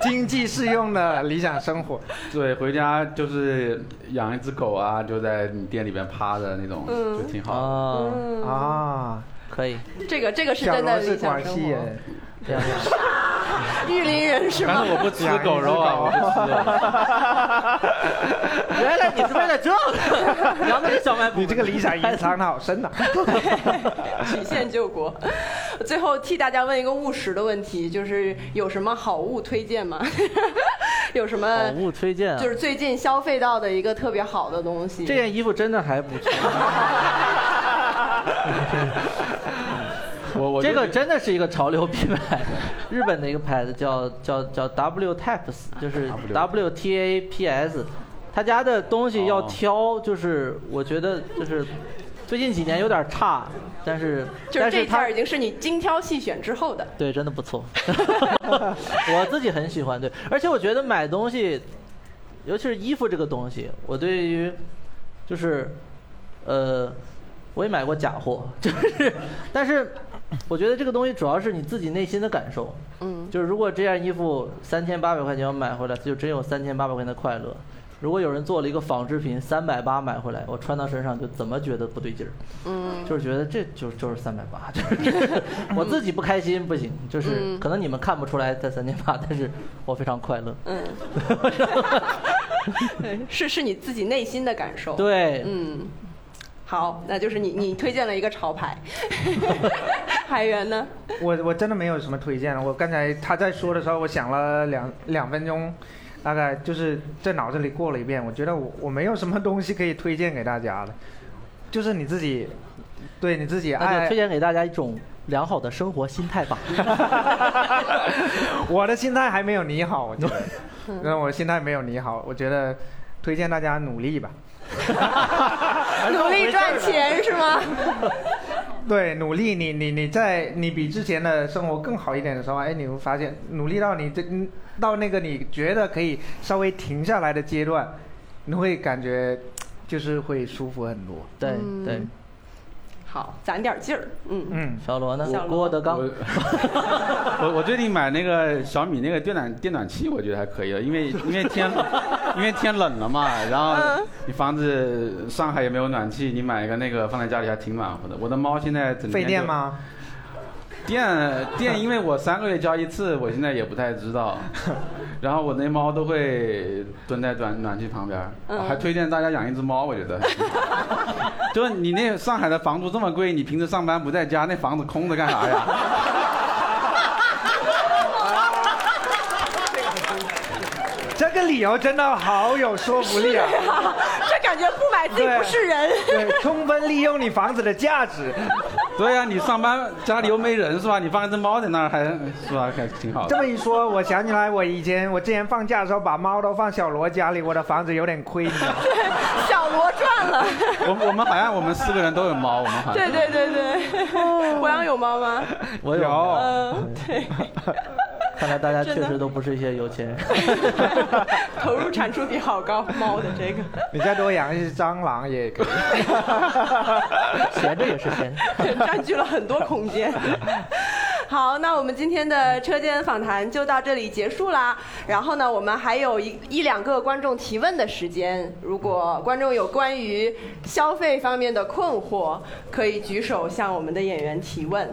S4: 经济适用的理想生活，
S5: 对，回家就是养一只狗啊，就在你店里边趴着那种，
S2: 嗯
S5: 就挺好的。
S3: 啊，
S4: 啊，
S3: 可以。
S2: 这个这个是
S4: 小
S2: 真的
S4: 罗是
S2: 理想
S4: 广
S2: 生
S4: 西人
S2: 活，， 玉林人是
S5: 但
S2: 吗
S5: 是？我不吃狗肉啊，我不 吃肉。
S3: 原来你是为了这个， 聊的是小卖部。
S4: 你这个理 想隐藏的好深呐、
S2: 曲线救国。最后替大家问一个务实的问题，就是有什么好物推荐吗？ 有什么
S3: 好物推荐啊
S2: 就，是最近消费到的一个特别好的东西。
S3: 这件衣服真的还不错，
S5: 我我就
S3: 这个真的是一个潮流品牌，日本的一个牌子叫 叫叫 W
S5: 啊
S3: Taps，就是 W T A P S，他家的东西
S5: 哦
S3: 要挑，就是我觉得就是最近几年有点差，但是
S2: 就是
S3: 但
S2: 这
S3: 是
S2: 件
S3: 他
S2: 儿已经是你精挑细选之后的。
S3: 对，真的不错， 我自己很喜欢。对，而且我觉得买东西，尤其是衣服这个东西，我对于就是呃，我也买过假货，就是，但是我觉得这个东西主要是你自己内心的感受。
S2: 嗯
S3: 就是如果这件衣服三千八百块钱我买回来，就真有三千八百块钱的快乐。如果有人做了一个纺织品三百八买回来，我穿到身上就怎么觉得不对劲儿？
S2: 嗯
S3: 就是觉得这就就是三百八， 就是我自己不开心不行，就是
S2: 嗯
S3: 可能你们看不出来在三千八，但是我非常快乐。
S2: 嗯，对嗯是是你自己内心的感受。，
S3: 对，
S2: 嗯，好，那就是你你推荐了一个潮牌， 海源呢？
S4: 我我真的没有什么推荐了。我刚才他在说的时候，我想了两两分钟，大概就是在脑子里过了一遍。我觉得我我没有什么东西可以推荐给大家的，就是你自己，对你自己
S3: 那就
S4: 爱
S3: 推。荐给大家一种良好的生活心态吧。
S2: 嗯
S4: 我的心态还没有你好，我觉得，
S3: 嗯
S4: 那我心态没有你好。我觉得推荐大家 努力吧，
S2: 努力赚钱是吗？
S4: 对，努力你你你在你比之前的生活更好一点的时候，哎，你会发现努力到你这嗯到那个你觉得可以稍微停下来的阶段，你会感觉就是会舒服很多。
S3: 对对，
S2: 好，攒点劲儿，嗯，
S4: 嗯，
S3: 小罗呢
S2: 小？罗
S3: 郭德纲
S5: 我 我我最近买那个小米那个电暖电暖器，我觉得还可以了，因为因为天 因为天冷了嘛，然后
S4: 嗯
S5: 你房子上海也没有暖气，你买一个那个放在家里还挺暖和的。我的猫现在整天
S4: 费
S5: 就
S4: 电？吗？
S5: 电电，因为我三个月交一次，我现在也不太知道。 然后我那猫都会蹲在暖暖气旁边儿，
S2: 嗯
S5: 我还推荐大家养一只猫，我觉得。 就是你那上海的房租这么贵，你平时上班不在家，那房子空着干啥呀？
S4: 这个理由真的好有说服力啊！
S2: 啊 这感觉不买自己
S4: 对
S2: 不是人。
S4: 对，充分利用你房子的价值，
S5: 对呀、你上班家里又没人是吧？你放一只猫在那儿还是吧，还挺好
S4: 这
S5: 的。
S4: 么一说，我想起来，我以前我之前放假的时候把猫都放小罗家里，我的房子有点亏你知啊道吗
S2: 小罗赚了，
S5: 我我们好像我们四个人都有猫，我们好像
S2: 对对对
S3: 哦
S2: 对，博洋有猫吗？
S3: 我有，哦
S2: 嗯，对，
S3: 看来大家确
S2: 真
S3: 实
S2: 的
S3: 都不是一些有钱人。
S2: 投入产出比好高，猫的这个。
S4: 你再多养一只蟑螂也可以。
S3: 闲着也是闲。
S2: 占据了很多空间。好，那我们今天的车间访谈就到这里结束啦。然后呢，我们还有一一两个观众提问的时间。如果观众有关于消费方面的困惑，可以举手向我们的演员提问。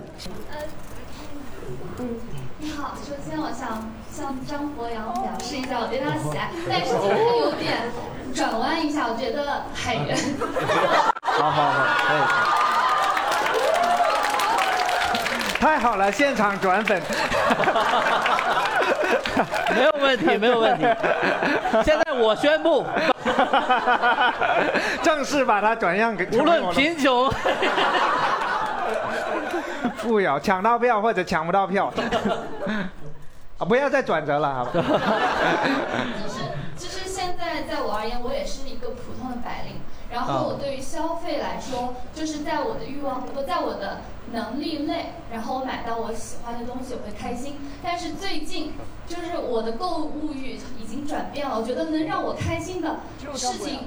S7: 你好，首先我想向张博洋表示一下我对他的喜爱，但是今天有点转弯一下，我觉得海源，
S3: 好好好，可以。
S4: 太好了，现场转 粉。
S3: 没有问题，没有 问题。现在我宣布，
S4: 正式把它转让给，
S3: 无论贫穷，
S4: 富有抢到票或者抢不到 票，啊，不要再转折了，好吧？
S7: 就是就是现在在我而言，我也是一个普通的白领。然后我对于消费来说，就是在我的欲望和在我的能力内，然后我买到我喜欢的东西，我会开心。但是最近就是我的购物欲已经转变了，我觉得能让我开心的事情。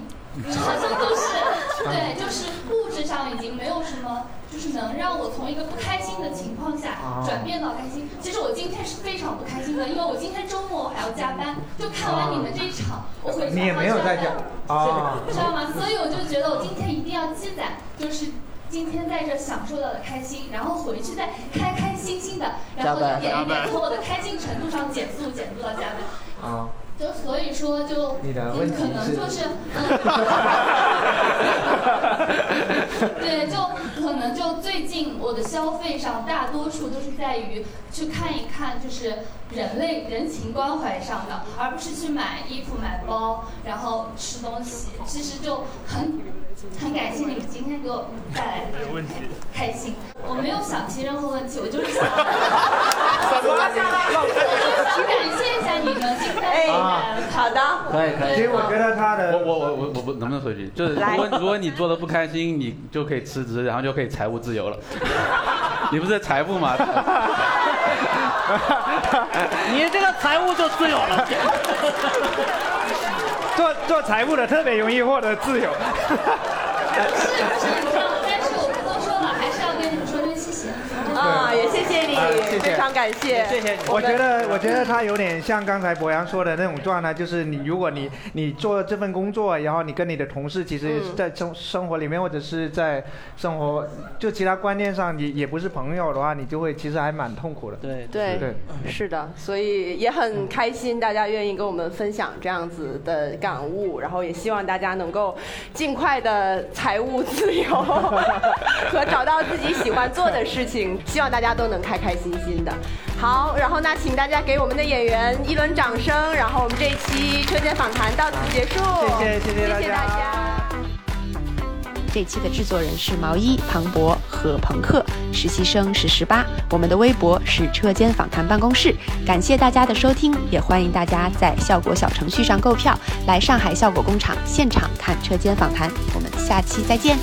S7: 好像都是， 对，就是物质上已经没有什么，就是能让我从一个不开心的情况
S4: 啊
S7: 下转变到开心。其实我今天是非常不开心的，因为我今天周末我还要加班，就看完你们这一场，我回家
S4: 你也没有在家啊，
S7: 知道吗？所以我就觉得我今天一定要积攒，就是今天在这享受到的开心，然后回去再开开心心的，然后一点一点从我的开心程度上减速，减速到加班。
S4: 啊，
S7: 就所以说就，
S4: 你的
S7: 嗯
S4: 问题
S7: 可能
S4: 是
S7: 就是，嗯 对，就可能就最近我的消费上，大多数都是在于去看一看，就是人类人情关怀上的，而不是去买衣服、买包，然后吃东西。其实就很很感谢你们今天给我带来的这种开开心。我没有想提任何问题，我就是想， 我就是想感谢一下你们今天
S2: 哎
S7: 的来。，
S2: 好的，
S3: 可以可
S4: 其
S3: 以。
S4: 实我觉得他
S5: 我
S4: 的，
S5: 我我我我不能不能说一句，就是
S2: 来
S5: 如果如果你做的不开心，你就可以辞职，然后就可以财务自由了。你不是财富吗？
S3: 你这个财务就自由了。
S4: 做做财务的特别容易获得自由。
S7: 是是这样，但是我不多说了，还是要跟你们说声谢谢。
S2: 啊，也谢谢你。
S4: 谢谢
S2: 非常感谢，
S3: 哎谢谢你
S4: 我觉得，我觉得他有点像刚才博洋说的那种状态，就是你如果你你做这份工作，然后你跟你的同事，其实
S2: 嗯
S4: 在生生活里面或者是在生活就其他观念上，你也不是朋友的话，你就会其实还蛮痛苦的。
S3: 对
S2: 对
S4: 对，
S2: 是的，所以也很开心，大家愿意跟我们分享这样子的感悟，然后也希望大家能够尽快的财务自 由和找到自己喜欢做的事情，希望大家都能开开心心的。好，然后那请大家给我们的演员一轮掌声，然后我们这一期车间访谈到此结束，
S4: 谢谢谢谢大家
S2: 谢家
S8: 这期的制作人是毛衣、庞博和朋克，实习生是十八。我们的微博是车间访谈办公室。感谢大家的收听，也欢迎大家在效果小程序上购票，来上海效果工厂现场看车间访谈。我们下期再见。